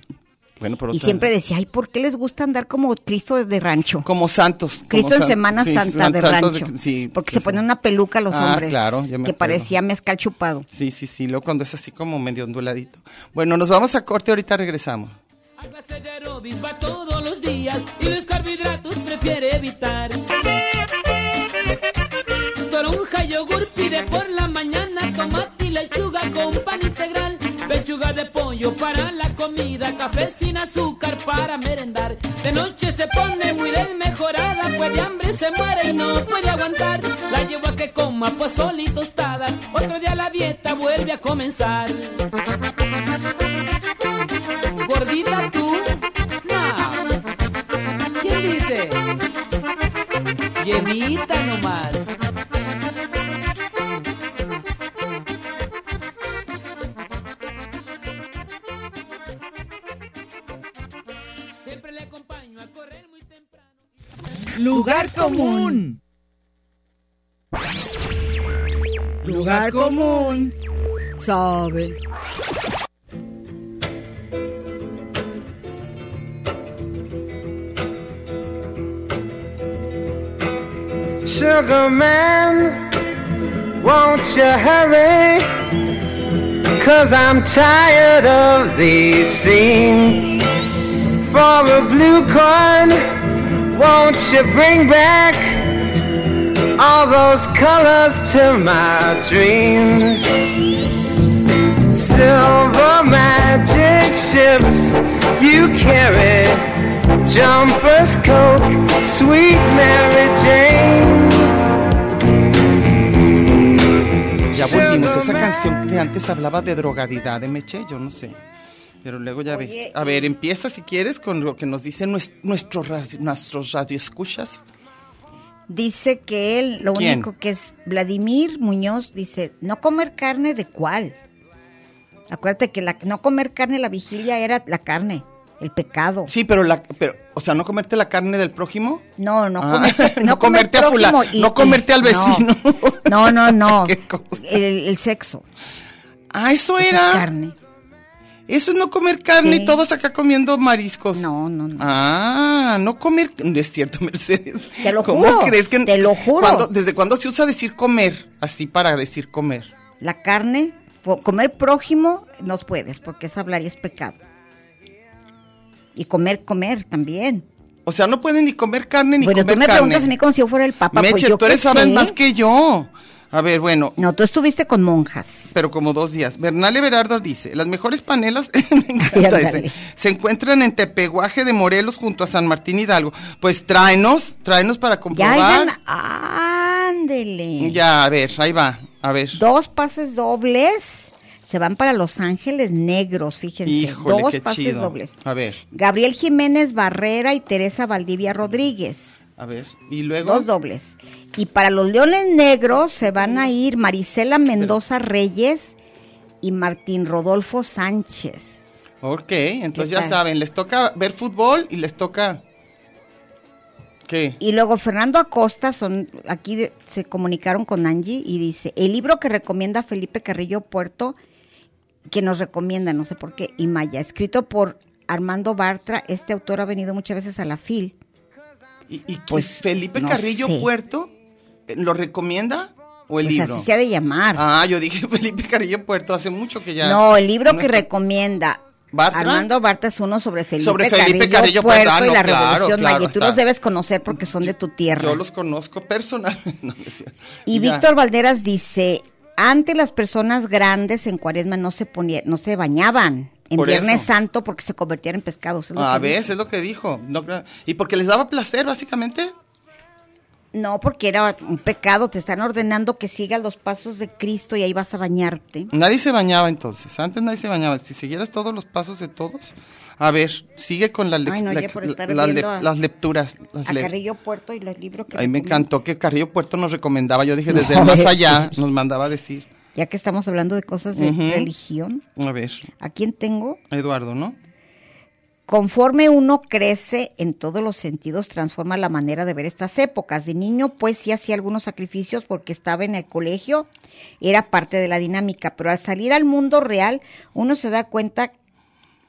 Bueno, pero y otra- siempre decía, "Ay, ¿por qué les gusta andar como Cristo de rancho?" Como santos. como Cristo en san- Semana sí, Santa san- de santos rancho. sí, porque sí, se ponen sí. una peluca los Ah, hombres claro, ya me que acuerdo. parecía mezcal chupado. Sí, sí, sí, luego cuando es así como medio onduladito. Bueno, nos vamos a corte, ahorita regresamos. A clase de aerobics va todos los días y los carbohidratos prefiere evitar. Toronja, yogur pide por la mañana, tomate y lechuga con pan integral. Pechuga de pollo para la comida, café sin azúcar para merendar. De noche se pone muy desmejorada, pues de hambre se se muere y no puede aguantar. La llevo a que coma pues, pozol y tostadas. Otro día la dieta vuelve a comenzar. Gordita tú, no. ¿Quién dice? Llenita nomás. Siempre le acompaño a correr muy temprano. Lugar común. Lugar común. Sabe. Sugar man, won't you hurry? Cause I'm tired of these scenes. For a blue coin, won't you bring back all those colors to my dreams? Silver magic ships you carry, jumpers, coke, sweet Mary Jane. Ya volvimos a esa canción que antes hablaba de drogadidad de Meche, yo no sé. Pero luego ya Oye, ves. A ver, empieza si quieres con lo que nos dicen nues- nuestros ras- nuestros radioescuchas. Dice que él, lo ¿Quién? único que es Vladimir Muñoz, dice, no comer carne de cuál. Acuérdate que la, no comer carne la vigilia era la carne, el pecado. Sí, pero la pero o sea, no comerte la carne del prójimo. No, no, Ah, comerte, (laughs) no comerte a prójimo fula- no comerte al vecino. No, no, (laughs) no. Qué cosa. el, el sexo, Ah, eso esa es era. carne. Eso es no comer carne Sí. y todos acá comiendo mariscos. No, no, no. Ah, no comer, no es cierto, Mercedes. Te lo ¿Cómo juro, crees que te lo juro. ¿Cuándo- desde cuándo se usa decir comer así para decir comer? La carne, po- comer prójimo no puedes, porque es hablar y es pecado. Y comer, comer también. O sea, no pueden ni comer carne ni bueno, tú comer me carne. preguntas a mí como si yo fuera el papa. Meche, pues yo tú qué eres ahora sé. más que yo. A ver, bueno, No, tú estuviste con monjas. pero como dos días. Bernal Everardo dice, las mejores panelas (laughs) me encanta Ándale. ese, se encuentran en Tepeguaje de Morelos junto a San Martín Hidalgo. Pues tráenos, tráenos para Ya, comprobar. hayan, ándele. Ya, a ver, ahí va, a ver. Dos pases dobles. Se van para Los Ángeles Negros, fíjense. Híjole, Dos qué pases chido. dobles. A ver, Gabriel Jiménez Barrera y Teresa Valdivia Rodríguez. a ver. Y luego. Dos dobles. Y para los Leones Negros se van a ir Marisela Mendoza Reyes y Martín Rodolfo Sánchez. Ok, entonces ¿Qué ya tal? saben, les toca ver fútbol y les toca. ¿Qué? Y luego Fernando Acosta, son, aquí de- se comunicaron con Angie y dice, el libro que recomienda Felipe Carrillo Puerto, que nos recomienda, no sé por qué, y Maya, escrito por Armando Bartra, este autor ha venido muchas veces a la FIL. ¿Y, y quién? Pues, Felipe no Carrillo sé. Puerto eh, lo recomienda o el Pues libro? así se ha de llamar. Ah, yo dije (laughs) Felipe Carrillo Puerto hace mucho que ya. no, el libro no que está- recomienda ¿Bartra? Armando Bartra es uno sobre Felipe, Sobre Felipe Carrillo Puerto Puerto, ah, y no, la claro, Revolución claro, Maya. Tú está. los debes conocer porque son de tu tierra. Yo los conozco personalmente. (laughs) no, no es cierto. Y Ya. Víctor Valderas dice, antes las personas grandes en cuaresma no se ponía, no se bañaban en Por Viernes eso. Ah, Santo porque se convertían en pescados. es lo A que dice. ver, es lo que dijo. No creo- y porque les daba placer, básicamente. No, porque era un pecado, te están ordenando que sigas los pasos de Cristo y ahí vas a bañarte. Nadie se bañaba entonces. Antes nadie se bañaba. Si siguieras todos los pasos de todos. A ver, sigue con la lec- Ay, no, ya lec- por estar las, viendo lec- a- las lecturas. Las A Pues le- Carrillo Puerto y los libros que... Ay, me recomiendan. encantó que Carrillo Puerto nos recomendaba. Yo dije, desde No, el más es- allá nos mandaba a decir. Ya que estamos hablando de cosas de Ujú. religión, A ver, ¿a quién tengo? Eduardo, ¿no? Conforme uno crece en todos los sentidos, transforma la manera de ver estas épocas. De niño, pues sí hacía algunos sacrificios porque estaba en el colegio, era parte de la dinámica, pero al salir al mundo real, uno se da cuenta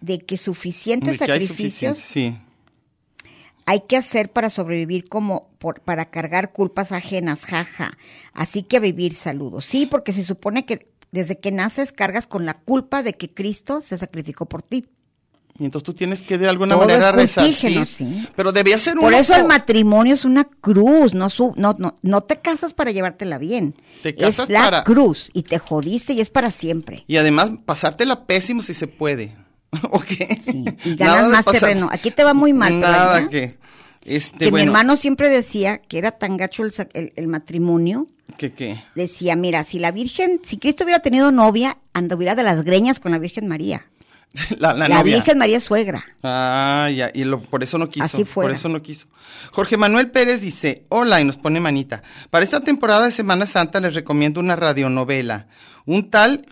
de que suficientes De que hay sacrificios suficiente, Sí. hay que hacer para sobrevivir como por- para cargar culpas ajenas, jaja. Así que a vivir saludos. Sí, porque se supone que desde que naces cargas con la culpa de que Cristo se sacrificó por ti. Y entonces tú tienes que de alguna Todo manera es resarcir. cultígeno, sí. Pero debía ser un. Por eso el matrimonio es una cruz, no su- no, no, no te casas para llevártela bien. Te es casas la para- cruz y te jodiste y es para siempre. Y además, pasártela pésimo si se puede. (laughs) ¿O qué? Y Nada ganas de más pasar- terreno. Aquí te va muy mal, pero Nada allá- que. Este, que mi bueno, hermano siempre decía que era tan gacho el, sa- el- el matrimonio. ¿Qué qué? Decía, mira, si la Virgen, si Cristo hubiera tenido novia, anduviera de las greñas con la Virgen María. (laughs) La, la la novia. Virgen María es suegra. Ah, ya, y lo- por eso no quiso. Así fuera. Por eso no quiso. Jorge Manuel Pérez dice, hola, y nos pone manita. Para esta temporada de Semana Santa les recomiendo una radionovela. Un tal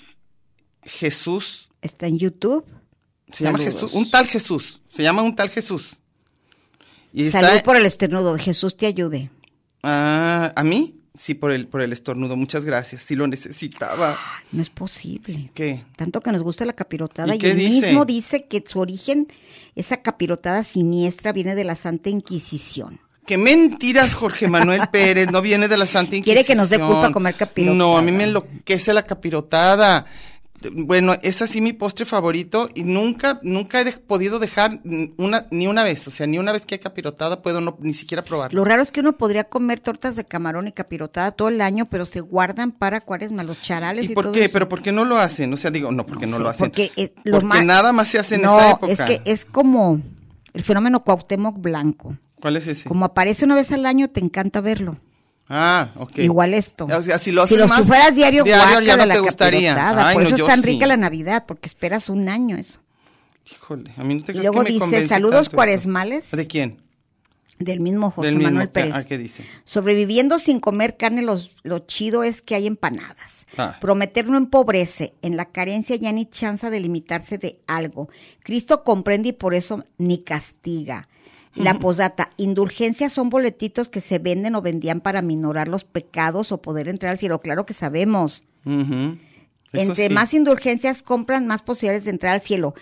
Jesús, Está en YouTube. se llama Saludos. Jesús, un tal Jesús, se llama un tal Jesús. Y está, Salud por el estornudo. Jesús te ayude. ah, a mí, sí, por el, por el estornudo, muchas gracias, sí lo necesitaba. No es posible. ¿Qué? Tanto que nos gusta la capirotada. ¿Y Y, qué él dice? mismo dice que su origen, esa capirotada siniestra, viene de la Santa Inquisición. Qué mentiras, (laughs) Jorge Manuel Pérez. No viene de la Santa Inquisición. Quiere que nos dé culpa comer capirotada. No, a mí me enloquece la capirotada. Bueno, es así mi postre favorito y nunca, nunca he dej- podido dejar n- una, ni una vez. O sea, ni una vez que hay capirotada puedo no- ni siquiera probarlo. Lo raro es que uno podría comer tortas de camarón y capirotada todo el año, pero se guardan para cuaresma, los charales y, ¿Y por todo qué? eso. ¿Pero por qué no lo hacen? O sea, digo, no, porque no, Sí, lo hacen. Porque, eh, lo Porque ma- nada más se hace en No, esa época. es que es como el fenómeno Cuauhtémoc Blanco. ¿Cuál es ese? Como aparece una vez al año, te encanta verlo. Ah, ok. Igual esto. O sea, si lo hacen si lo más sufieras diario, ya guácala no la te gustaría. capirotada. Ay, Por no, eso yo es tan sí. rica la Navidad, porque esperas un año eso. Híjole, a mí no te Y creas luego que me dice, convence saludos tanto eso". cuaresmales ¿De quién? del mismo Jorge Del mismo Manuel que- Pérez. ah, ¿qué dice? Sobreviviendo sin comer carne, los, lo chido es que hay empanadas. Ah. Prometer no empobrece. En la carencia ya ni chance de limitarse de algo. Cristo comprende y por eso ni castiga. La posdata, indulgencias son boletitos que se venden o vendían para minorar los pecados o poder entrar al cielo. Claro que sabemos. Ujú. Eso Entre sí. más indulgencias compran, más posibilidades de entrar al cielo.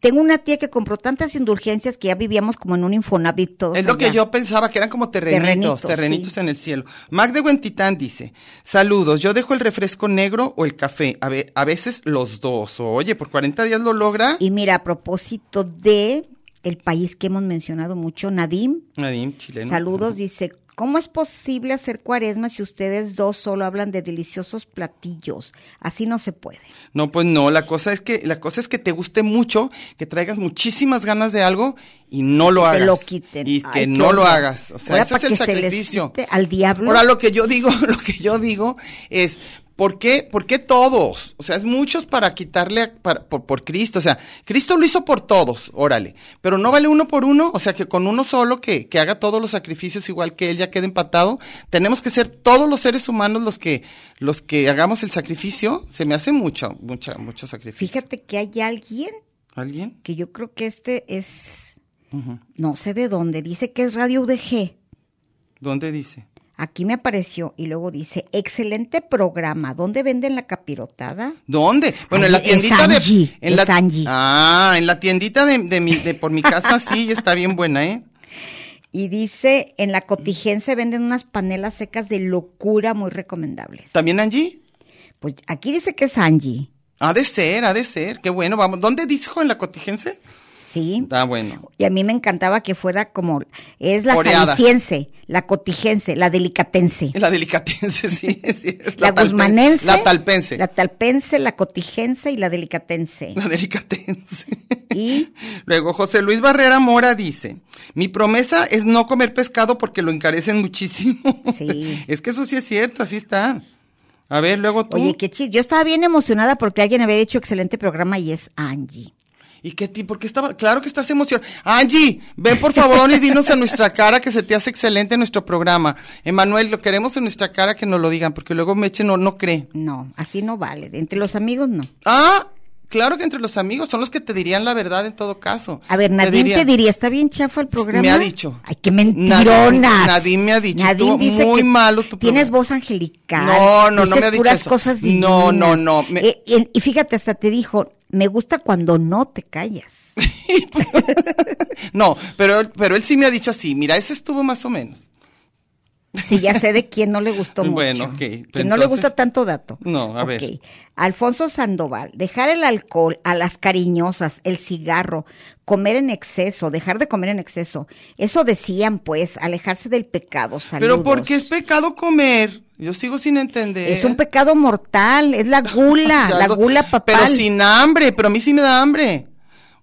Tengo una tía que compró tantas indulgencias que ya vivíamos como en un Infonavit todos. Es lo que allá. yo pensaba, que eran como terrenitos, Terrenitos, terrenitos sí. en el cielo. Mac de Huentitán dice, saludos, yo dejo el refresco negro o el café, a, ve- a veces los dos. Oye, por 40 días lo logra. Y mira, a propósito de el país que hemos mencionado mucho, Nadim, Nadim, chileno. saludos, dice, ¿cómo es posible hacer cuaresma si ustedes dos solo hablan de deliciosos platillos? Así no se puede. No, pues no, la cosa es que la cosa es que te guste mucho, que traigas muchísimas ganas de algo y no lo que hagas. lo quiten. Y Ay, que qué no lo horror. hagas. O sea, Ahora, ese para es el que se les sacrificio. quite al diablo. Ahora lo que yo digo, (laughs) lo que yo digo es ¿por qué, por qué todos? O sea, es muchos para quitarle a- para- por, por Cristo. O sea, Cristo lo hizo por todos, órale. Pero no vale uno por uno, o sea que con uno solo que, que haga todos los sacrificios igual que él ya quede empatado. Tenemos que ser todos los seres humanos los que, los que hagamos el sacrificio. Se me hace mucho, mucha, mucho sacrificio. Fíjate que hay alguien ¿Alguien? que yo creo que este es, no sé de dónde, dice que es Radio UDG. ¿Dónde dice? Aquí me apareció y luego dice, excelente programa, ¿dónde venden la capirotada? ¿Dónde? Bueno, en la Ay, es tiendita Angie, de. En es la, Angie. Ah, en la tiendita de, de mi, de por mi casa sí, está bien buena, ¿eh? Y dice, en la cotijense venden unas panelas secas de locura muy recomendables. ¿También Angie? Pues aquí dice que es Angie, Ha de ser, ha de ser. Qué bueno, vamos. ¿Dónde dijo en la cotijense? ¿sí? Ah, bueno. Y a mí me encantaba que fuera como, es la Oreadas. jalisciense, la cotijense, la delicatense, En La delicatense, (laughs) sí, es cierto. la, talpe- guzmanense, La talpense. la La, talpense, la cotijense y la (laughs) delicatense. delicatense. (laughs) Y Luego, José Luis Barrera Mora dice: Mi promesa es no comer pescado porque lo encarecen muchísimo. Sí. (laughs) es que eso sí es cierto, así está. A ver, luego tú. Oye, qué chis. Yo estaba bien emocionada porque alguien había dicho excelente programa y es Angie. ¿Y qué ti? ¿Por qué estaba? Claro que estás emocionado. Angie, ven por favor y dinos a nuestra cara que se te hace excelente nuestro programa. Emanuel, lo queremos en nuestra cara que nos lo digan, porque luego Meche no, no cree. No, así no vale. Entre los amigos no. Ah, claro que entre los amigos son los que te dirían la verdad en todo caso. A ver, Te Nadine dirían- te diría, ¿está bien chafa el programa? Me ha dicho. Ay, qué mentironas. Nadine- Nadine me ha dicho, estuvo Nadine dice muy que malo tu Tienes programa. voz angelical. No, no, no dices me ha dicho puras eso. cosas divinas. No, no, no, me- Eh, y, y fíjate, hasta te dijo, me gusta cuando no te callas. No, pero, él- pero él sí me ha dicho así, mira, ese estuvo más o menos. Sí, ya sé de quién no le gustó mucho. (laughs) Bueno, ok, pues Que no le entonces- gusta tanto dato. No, a ver. Ok. Alfonso Sandoval, dejar el alcohol, a las cariñosas, el cigarro, comer en exceso, dejar de comer en exceso. Eso decían, pues, alejarse del pecado. Saludos. Pero porque es pecado comer. Yo sigo sin entender. Es un pecado mortal, es la (laughs) gula, Ya la lo- gula papal. Pero sin hambre, pero a mí sí me da hambre.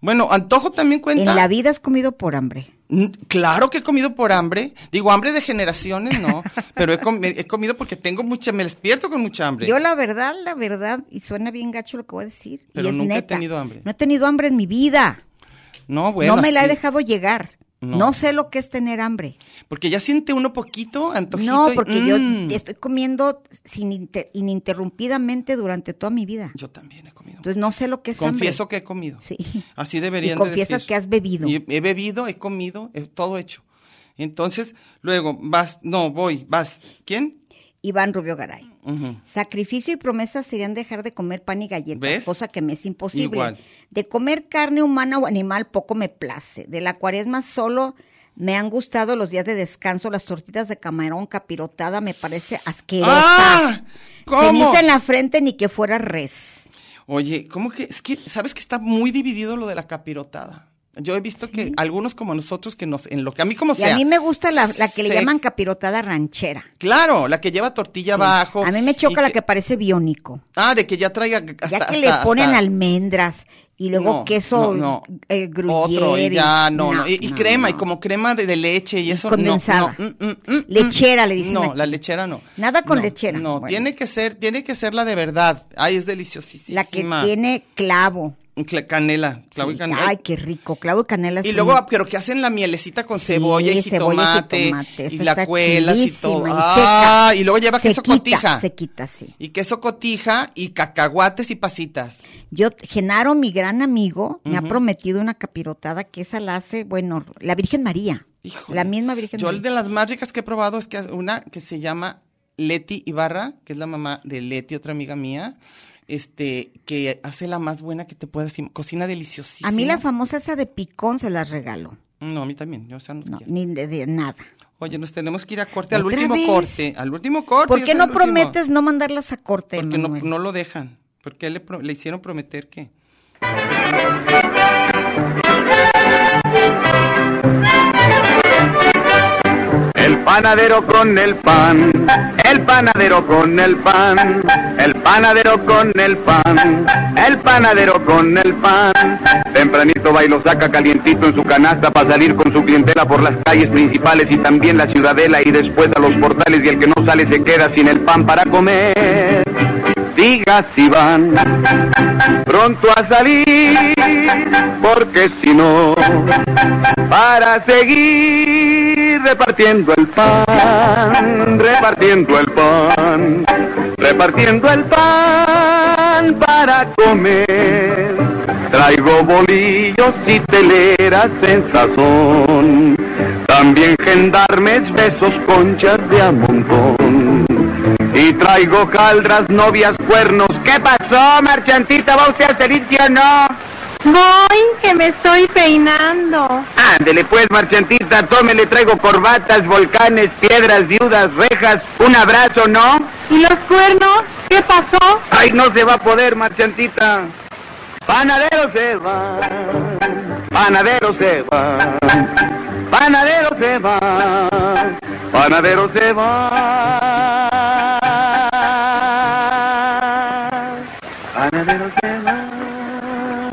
Bueno, antojo también cuenta. En la vida has comido por hambre. N- Mm, Claro que he comido por hambre. Digo, hambre de generaciones, (laughs) no. Pero he, comi- he comido porque tengo mucha, me despierto con mucha hambre. Yo la verdad, la verdad, y suena bien gacho lo que voy a decir. y Pero es nunca he neta. tenido hambre. No he tenido hambre en mi vida. no, bueno. no me la he sí. dejado llegar. No. No. sé lo que es tener hambre. Porque ya siente uno poquito, antojito. No, y- porque yo mm. estoy comiendo sin inter- ininterrumpidamente durante toda mi vida. Yo también he comido. Entonces no sé lo que es Confieso hambre. que he comido. (laughs) Sí. Así Y deberían de confiesas decir. que has bebido. Y he bebido, he comido, he todo hecho. Entonces, luego, vas, no, voy, vas. ¿Quién? Iván Rubio Garay. Ujú. Sacrificio y promesa serían dejar de comer pan y galletas, ¿Ves? cosa que me es imposible. Igual. De comer carne humana o animal poco me place. De la cuaresma solo me han gustado los días de descanso, las tortitas de camarón capirotada me parece asquerosa. ¡Ah! ¿Cómo? Ceniza en la frente ni que fuera res. Oye, ¿cómo que? Es que, ¿sabes que está muy dividido lo de la capirotada? Yo he visto que algunos como nosotros que nos, en lo que a mí como y sea. a mí me gusta la, la que le se- llaman capirotada ranchera. Claro, la que lleva tortilla abajo. A mí me choca y la que parece biónico. Ah, de que ya traiga hasta... ya que hasta- le ponen hasta- almendras y luego No, queso no, no. eh, gruyere Otro, y ya, no, no. Y, y no, crema, y no. como crema de, de leche y eso. no, condensada. No, mm, mm, mm, mm. Lechera, le dicen No, aquí. la lechera no. Nada con No, lechera. No, Bueno. tiene que ser, tiene que ser la de verdad. Ay, es La que deliciosísima. tiene clavo. Cla- Canela, clavo y Sí, canela. Ay, qué rico. Clavo y canela. es Y luego, un- ah, pero que hacen la mielecita con cebolla y Sí, cebolla jitomate. y jitomate, eso está la cuelas y chidísima, todo. y ah, seca. y luego lleva se queso quita, cotija. Se quita, sí. Y queso cotija y cacahuates y pasitas. Yo, Genaro, mi gran amigo, me ha Ujú. prometido una capirotada que esa la hace, bueno, la Virgen María. Híjole. La misma Virgen Yo María. de las más ricas que he probado es que hace una que se llama Leti Ibarra, que es la mamá de Leti, otra amiga mía, este, que hace la más buena que te puedas, im- cocina deliciosísima. Mm, A mí la famosa esa de picón se la regalo. No, a mí también, yo, o sea, no No, quiero. ni de, de nada. Oye, nos tenemos que ir a corte, al ¿Otra último vez? corte, al último corte. ¿Por ya qué Oh, es no el último. prometes no mandarlas a corte, Porque no, Manuel? no lo dejan. Porque le, pro- le hicieron prometer que... El panadero con el pan, el panadero con el pan, el panadero con el pan, el panadero con el pan. Tempranito va y lo saca calientito en su canasta para salir con su clientela por las calles principales y también la ciudadela y después a los portales y el que no sale se queda sin el pan para comer. Diga si van pronto a salir, porque si no, para seguir repartiendo el pan, repartiendo el pan, repartiendo el pan para comer. Traigo bolillos y teleras en sazón, también gendarmes, besos, conchas de a montón. Y traigo caldras, novias, cuernos. ¿Qué pasó, marchantita? ¿Va usted a salir sí o no? Voy, que me estoy peinando. Ándele pues, marchantita, tome, le traigo corbatas, volcanes, piedras, viudas, rejas, un abrazo, ¿no? ¿Y los cuernos? ¿Qué pasó? Ay, no se va a poder, marchantita. Panadero se va, panadero se va, panadero se va, panadero se va. Panadero se va.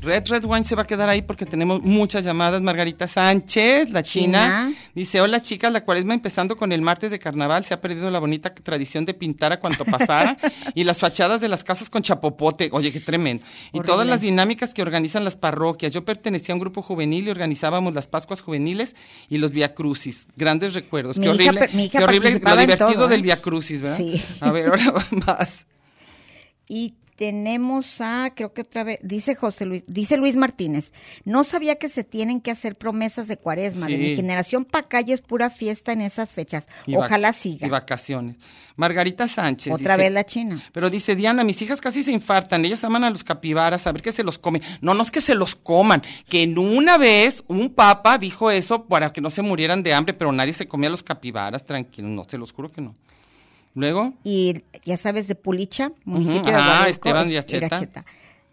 Red Red Wine se va a quedar ahí porque tenemos muchas llamadas. Margarita Sánchez, la china, China. Dice, hola chicas, la cuaresma empezando con el martes de carnaval, se ha perdido la bonita tradición de pintar a cuanto (laughs) pasara y las fachadas de las casas con chapopote, oye, qué tremendo. Y Horrible. todas las dinámicas que organizan las parroquias. Yo pertenecía a un grupo juvenil y organizábamos las Pascuas juveniles y los viacrucis. Grandes recuerdos. Mi qué hija horrible, per- mi hija qué horrible lo participaba en divertido todo, ¿eh? del viacrucis, ¿verdad? Sí. A ver, ahora (laughs) más. Y tenemos a, creo que otra vez, dice José Luis, dice Luis Martínez, no sabía que se tienen que hacer promesas de cuaresma, de Sí. mi generación para acá ya es pura fiesta en esas fechas. Y vac- Ojalá Y siga. vacaciones. Margarita Sánchez. Otra dice, vez la China. Pero dice Diana, mis hijas casi se infartan, ellas aman a los capibaras, a ver que se los comen. No, no es que se los coman, que en una vez un papa dijo eso para que no se murieran de hambre, pero nadie se comía los capibaras, tranquilo, no, se los juro que no. Luego, Y ya sabes, de Pulicha, municipio Ujú, de ah, Guadalupe, Esteban es- Iracheta.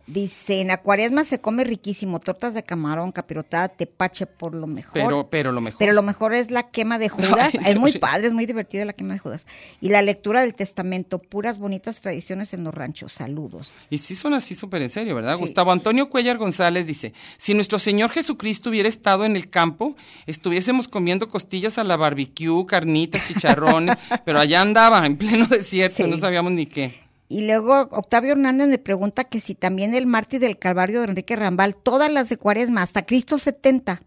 Dice, en la cuaresma se come riquísimo, tortas de camarón, capirotada, tepache por lo mejor. pero, pero lo mejor. Pero lo mejor es la quema (laughs) de Judas. es muy padre, es muy divertida la quema de Judas. Y la lectura del testamento, puras bonitas tradiciones en los ranchos. Saludos. Y sí son así súper en serio, ¿verdad? Gustavo Antonio Cuellar González dice, si nuestro Señor Jesucristo hubiera estado en el campo, estuviésemos comiendo costillas a la barbecue, carnitas, (laughs) chicharrones, pero allá andaba, en pleno desierto, no sabíamos ni qué. Y luego Octavio Hernández me pregunta que si también el mártir del Calvario de Enrique Rambal, todas las de Cuaresma, hasta Cristo 70.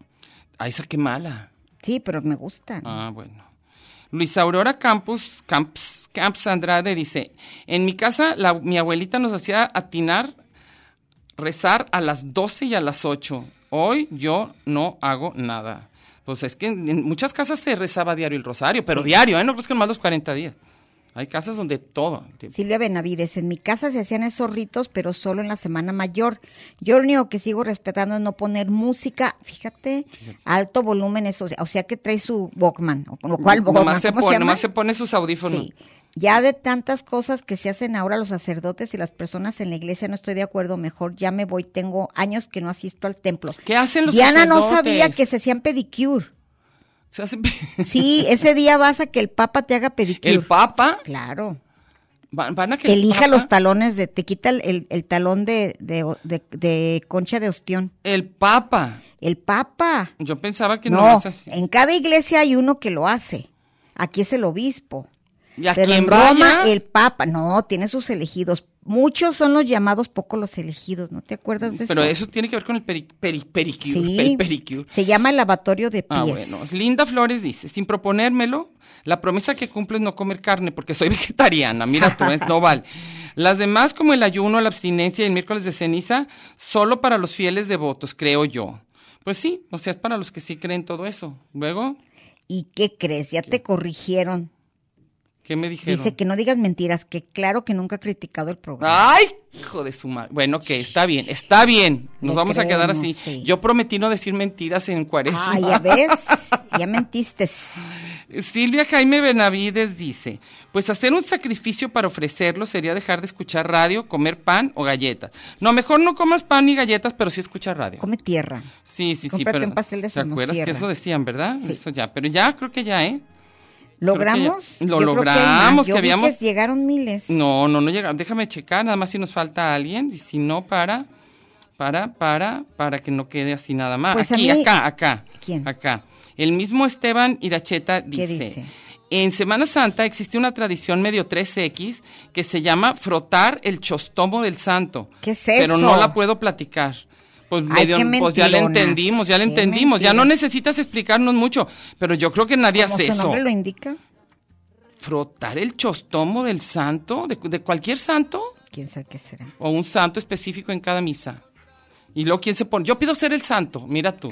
Ay, esa qué mala. Sí, pero me gustan. Ah, bueno. Luis Aurora Campos, Camps, Camps Andrade dice, en mi casa la- mi abuelita nos hacía atinar, rezar a las 12 y a las 8. Hoy yo no hago nada. Pues es que en en muchas casas se rezaba diario el rosario, pero diario, ¿eh? No crees que más los 40 días. Hay casas donde todo. el tiempo. Silvia Benavides, en mi casa se hacían esos ritos, pero solo en la semana mayor. Yo lo único que sigo respetando es no poner música, fíjate, alto volumen, eso, o sea que trae su Walkman, o lo cual Walkman, nomás, se ¿cómo se pone, llama? nomás se pone sus audífonos. Sí. Ya de tantas cosas que se hacen ahora los sacerdotes y las personas en la iglesia, no estoy de acuerdo. Mejor ya me voy. Tengo años que no asisto al templo. ¿Qué hacen los Diana no sacerdotes? sabía que se hacían pedicure. Se (laughs) hace- Sí, ese día vas a que el papa te haga pedicure. El papa, Claro. van, van a que Te el elija Papa- los talones, de, te quita el, el- el talón de, de, de- de concha de ostión. El papa. El papa. Yo pensaba que no, No, es así. en cada iglesia hay uno que lo hace. Aquí es el obispo. ¿Y a Pero quién en Roma, vaya? el Papa, no, tiene sus elegidos. Muchos son los llamados, pocos los elegidos. ¿No te acuerdas de Pero eso? eso tiene que ver con el peri, peri- pericure, Sí. peri- pericure. Se llama el lavatorio de pies. Ah, bueno. Linda Flores dice, sin proponérmelo, la promesa que cumplo es no comer carne porque soy (laughs) vegetariana. Mira tú, es no vale. Las demás, como el ayuno, la abstinencia y el miércoles de ceniza, solo para los fieles devotos, creo yo. Pues sí, o sea, es para los que sí creen todo eso. Luego, ¿Y qué crees? Ya te corrigieron. ¿qué me dijeron? Dice que no digas mentiras, que claro que nunca ha criticado el programa. ¡Ay! Hijo de su madre. Bueno, que está bien, está bien. Nos Le vamos a quedar creemos, así. sí. Yo prometí no decir mentiras en cuaresma. Ah, ya ves, ya mentiste. Silvia Jaime Benavides dice, pues hacer un sacrificio para ofrecerlo sería dejar de escuchar radio, comer pan o galletas. No, mejor no comas pan ni galletas, pero sí escuchar radio. Come tierra. Sí, sí, sí. Cómprate pero- un pastel de ¿Te acuerdas que somosierra. eso decían, verdad? Sí. Eso ya, pero ya creo que ya, ¿eh? Creo que ya- ¿Logramos? Lo Yo creo que hay más. logramos, que, Yo vi habíamos... llegaron miles. No, no, no llegaron. Déjame checar, nada más si nos falta alguien. Y si no, para, para, para, para que no quede así nada más. Pues a Aquí, mí- acá, acá. ¿Quién? Acá. El mismo Esteban Iracheta ¿Qué dice, dice? En Semana Santa existe una tradición medio 3X que se llama frotar el chostomo del santo. ¿Qué es Pero eso? no la puedo platicar. Pues, Ay, medio- qué pues ya la mentironas. entendimos, ya la Qué entendimos. Ya no necesitas explicarnos mucho, pero yo creo que nadie Como hace su eso. nombre lo indica. ¿Frotar el chostomo del santo? ¿De, cu- de cualquier santo? ¿Quién sabe qué será? ¿O un santo específico en cada misa? Y luego, ¿quién se pone? Yo pido ser el santo, mira (laughs) tú.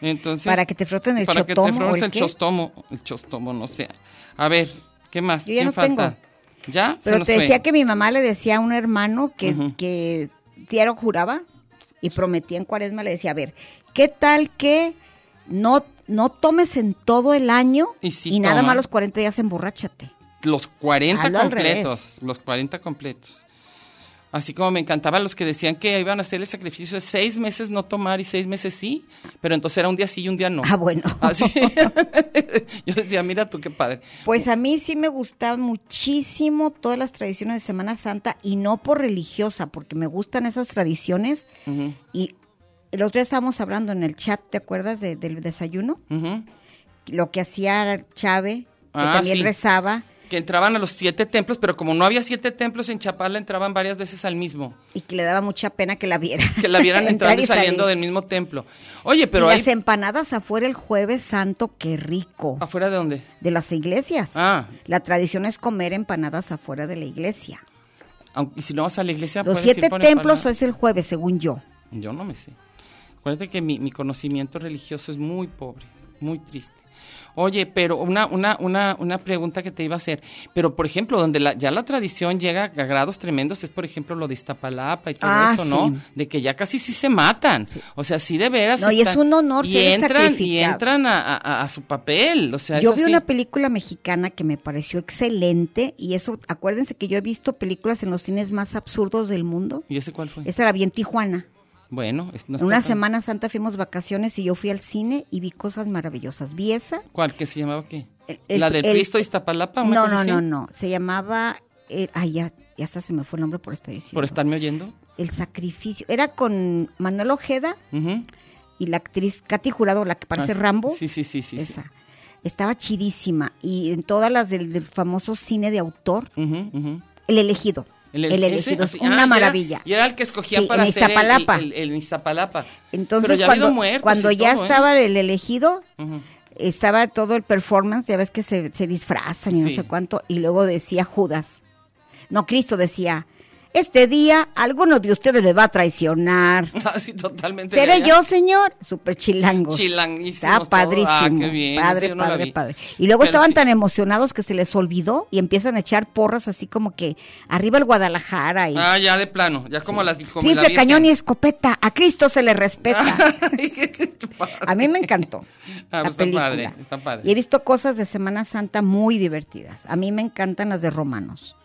Entonces, Para que te froten el para chotomo, que ¿o te frotes el el, qué? chostomo. El chostomo, no sé. A ver, ¿qué más? Yo ya ¿Quién no falta? ¿Ya? Se Pero nos te fue. decía que mi mamá le decía a un hermano que, Ujú. que diario juraba y prometía en cuaresma, le decía, a ver, ¿qué tal que no, no tomes en todo el año y, Y sí nada toma. más los 40 días emborráchate? Los 40 Hazlo al completos. Los 40 completos. Así como me encantaban los que decían que iban a hacer el sacrificio de seis meses no tomar y seis meses sí, pero entonces era un día sí y un día no. Ah, bueno. Así. (laughs) Yo decía, mira tú qué padre. (laughs) Pues a mí sí me gustaba muchísimo todas las tradiciones de Semana Santa y no por religiosa, porque me gustan esas tradiciones Ujú, y el otro día estábamos hablando en el chat, ¿te acuerdas de- del desayuno? ujú. lo que hacía Chávez, que Ah, también sí. rezaba. Que entraban a los siete templos, pero como no había siete templos en Chapala, entraban varias veces al mismo. Y que le daba mucha pena que la viera. Que la vieran (laughs) Entrar entrando y saliendo salir. del mismo templo. Oye, pero Y hay... las empanadas afuera el jueves santo, qué rico. ¿Afuera de dónde? De las iglesias. Ah, La tradición es comer empanadas afuera de la iglesia. aunque- y si no vas a la iglesia... Los puedes ir siete por templos empanada. es el jueves, según yo. Yo no me sé. Acuérdate que mi, mi conocimiento religioso es muy pobre, muy triste. Oye, pero una, una, una, una pregunta que te iba a hacer. Pero, por ejemplo, donde la- ya la tradición llega a grados tremendos es, por ejemplo, lo de Iztapalapa y todo Ah, eso, ¿no? sí. De que ya casi sí se matan. O sea, sí de veras. No, y es un honor Y ser entran, y sacrificado. entran a, a- a su papel. O sea, yo es vi así. una película mexicana que me pareció excelente y eso, acuérdense que yo he visto películas en los cines más absurdos del mundo. ¿Y ese cuál fue? Esa la vi en Tijuana. Bueno, es- no en una está tan- Semana Santa fuimos vacaciones y yo fui al cine y vi cosas maravillosas. Vi esa. ¿Cuál? ¿Qué se llamaba qué? el- ¿La del el- Cristo de Iztapalapa? una No, cosa no, así? no, no. Se llamaba... eh, ay, ya, ya hasta se me fue el nombre por esta diciendo. ¿Por estarme oyendo? El sacrificio. Era con Manuel Ojeda Ujú. y la actriz Katy Jurado, la que parece Ah, Rambo. Sí, sí, sí, sí. sí. Esa. Estaba chidísima. Y en todas las del, del famoso cine de autor, Ujú, ujú. El elegido. El, ese, elegido así, es ah, y una era- maravilla. Y era el que escogían Sí, para en hacer el- Iztapalapa. el, el- el Iztapalapa. Entonces, Pero ya ha habido cuando, muertos cuando y ya todo, ¿eh? estaba el elegido, Ujú. (laughs) estaba todo el performance, ya ves que se, se disfrazan y no Sí. sé cuánto, y luego decía Judas. No, Cristo decía, este día alguno de ustedes me va a traicionar. Así Ah, totalmente. ¿Seré Este ya- yo, señor? Super chilangos. Chilanguísimos Está todos. padrísimo. Ah, qué bien, ese Padre, yo no la padre, vi. padre. Y luego Pero estaban sí. tan emocionados que se les olvidó y empiezan a echar porras así como que arriba el Guadalajara y Ah, ya de plano. Ya como las. Como la rifle, Virgen. (laughs) cañón y escopeta. A Cristo se le respeta. a mí me encantó Ah, la pues está película. padre. Está padre. Y he visto cosas de Semana Santa muy divertidas. A mí me encantan las de romanos.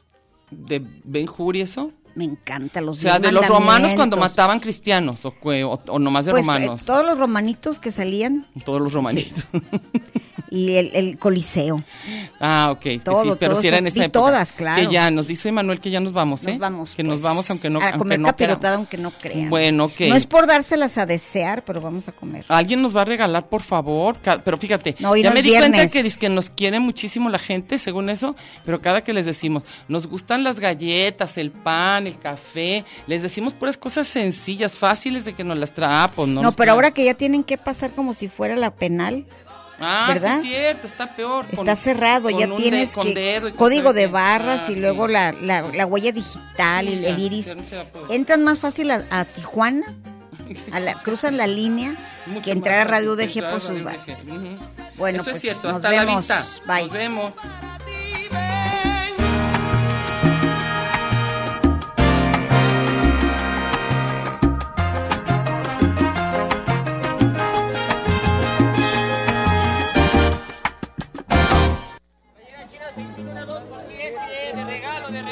¿De Ben Hur y eso? Me encantan O Pues los sea, diez de los romanos cuando mandamientos. mataban cristianos. O, que- o, o nomás de Pues, eh, romanos. todos los romanitos que salían Todos los romanitos. (laughs) y el, el coliseo. Ah, ok. que Todo, sí, pero todo si era en eso. esa Vi época. todas, claro. Que ya nos dice Emanuel que ya nos vamos, ¿eh? Nos vamos, Que nos pues, vamos aunque no a aunque comer no capirotada, queramos. aunque no crean. Bueno, ok. No es por dárselas a desear, pero vamos a comer. Alguien nos va a regalar, por favor. Ca- Pero fíjate, No, hoy ya no me es di cuenta viernes. que, dizque nos quiere muchísimo la gente, según eso, pero cada que les decimos, nos gustan las galletas, el pan, el café, les decimos puras cosas sencillas, fáciles de que nos las traen. Ah, pues no. No, nos pero traen. ahora que ya tienen que pasar como si fuera la penal, Ah, ¿verdad? sí, es cierto, está peor. con- está cerrado, con ya un de- tienes con que- dedo y cosas código de así. barras Ah, y sí. luego la, la- la huella digital, Sí, el, ya, el iris. ya no se va a poder. Entran más fácil a, a (laughs) Tijuana, a la- cruzan la línea, Mucho que más entrar a fácil Radio que DG entrar a por sus Radio bares. DG. Ujú. Bueno, Eso es pues, cierto, nos hasta la vemos. vista. Bye. Nos vemos.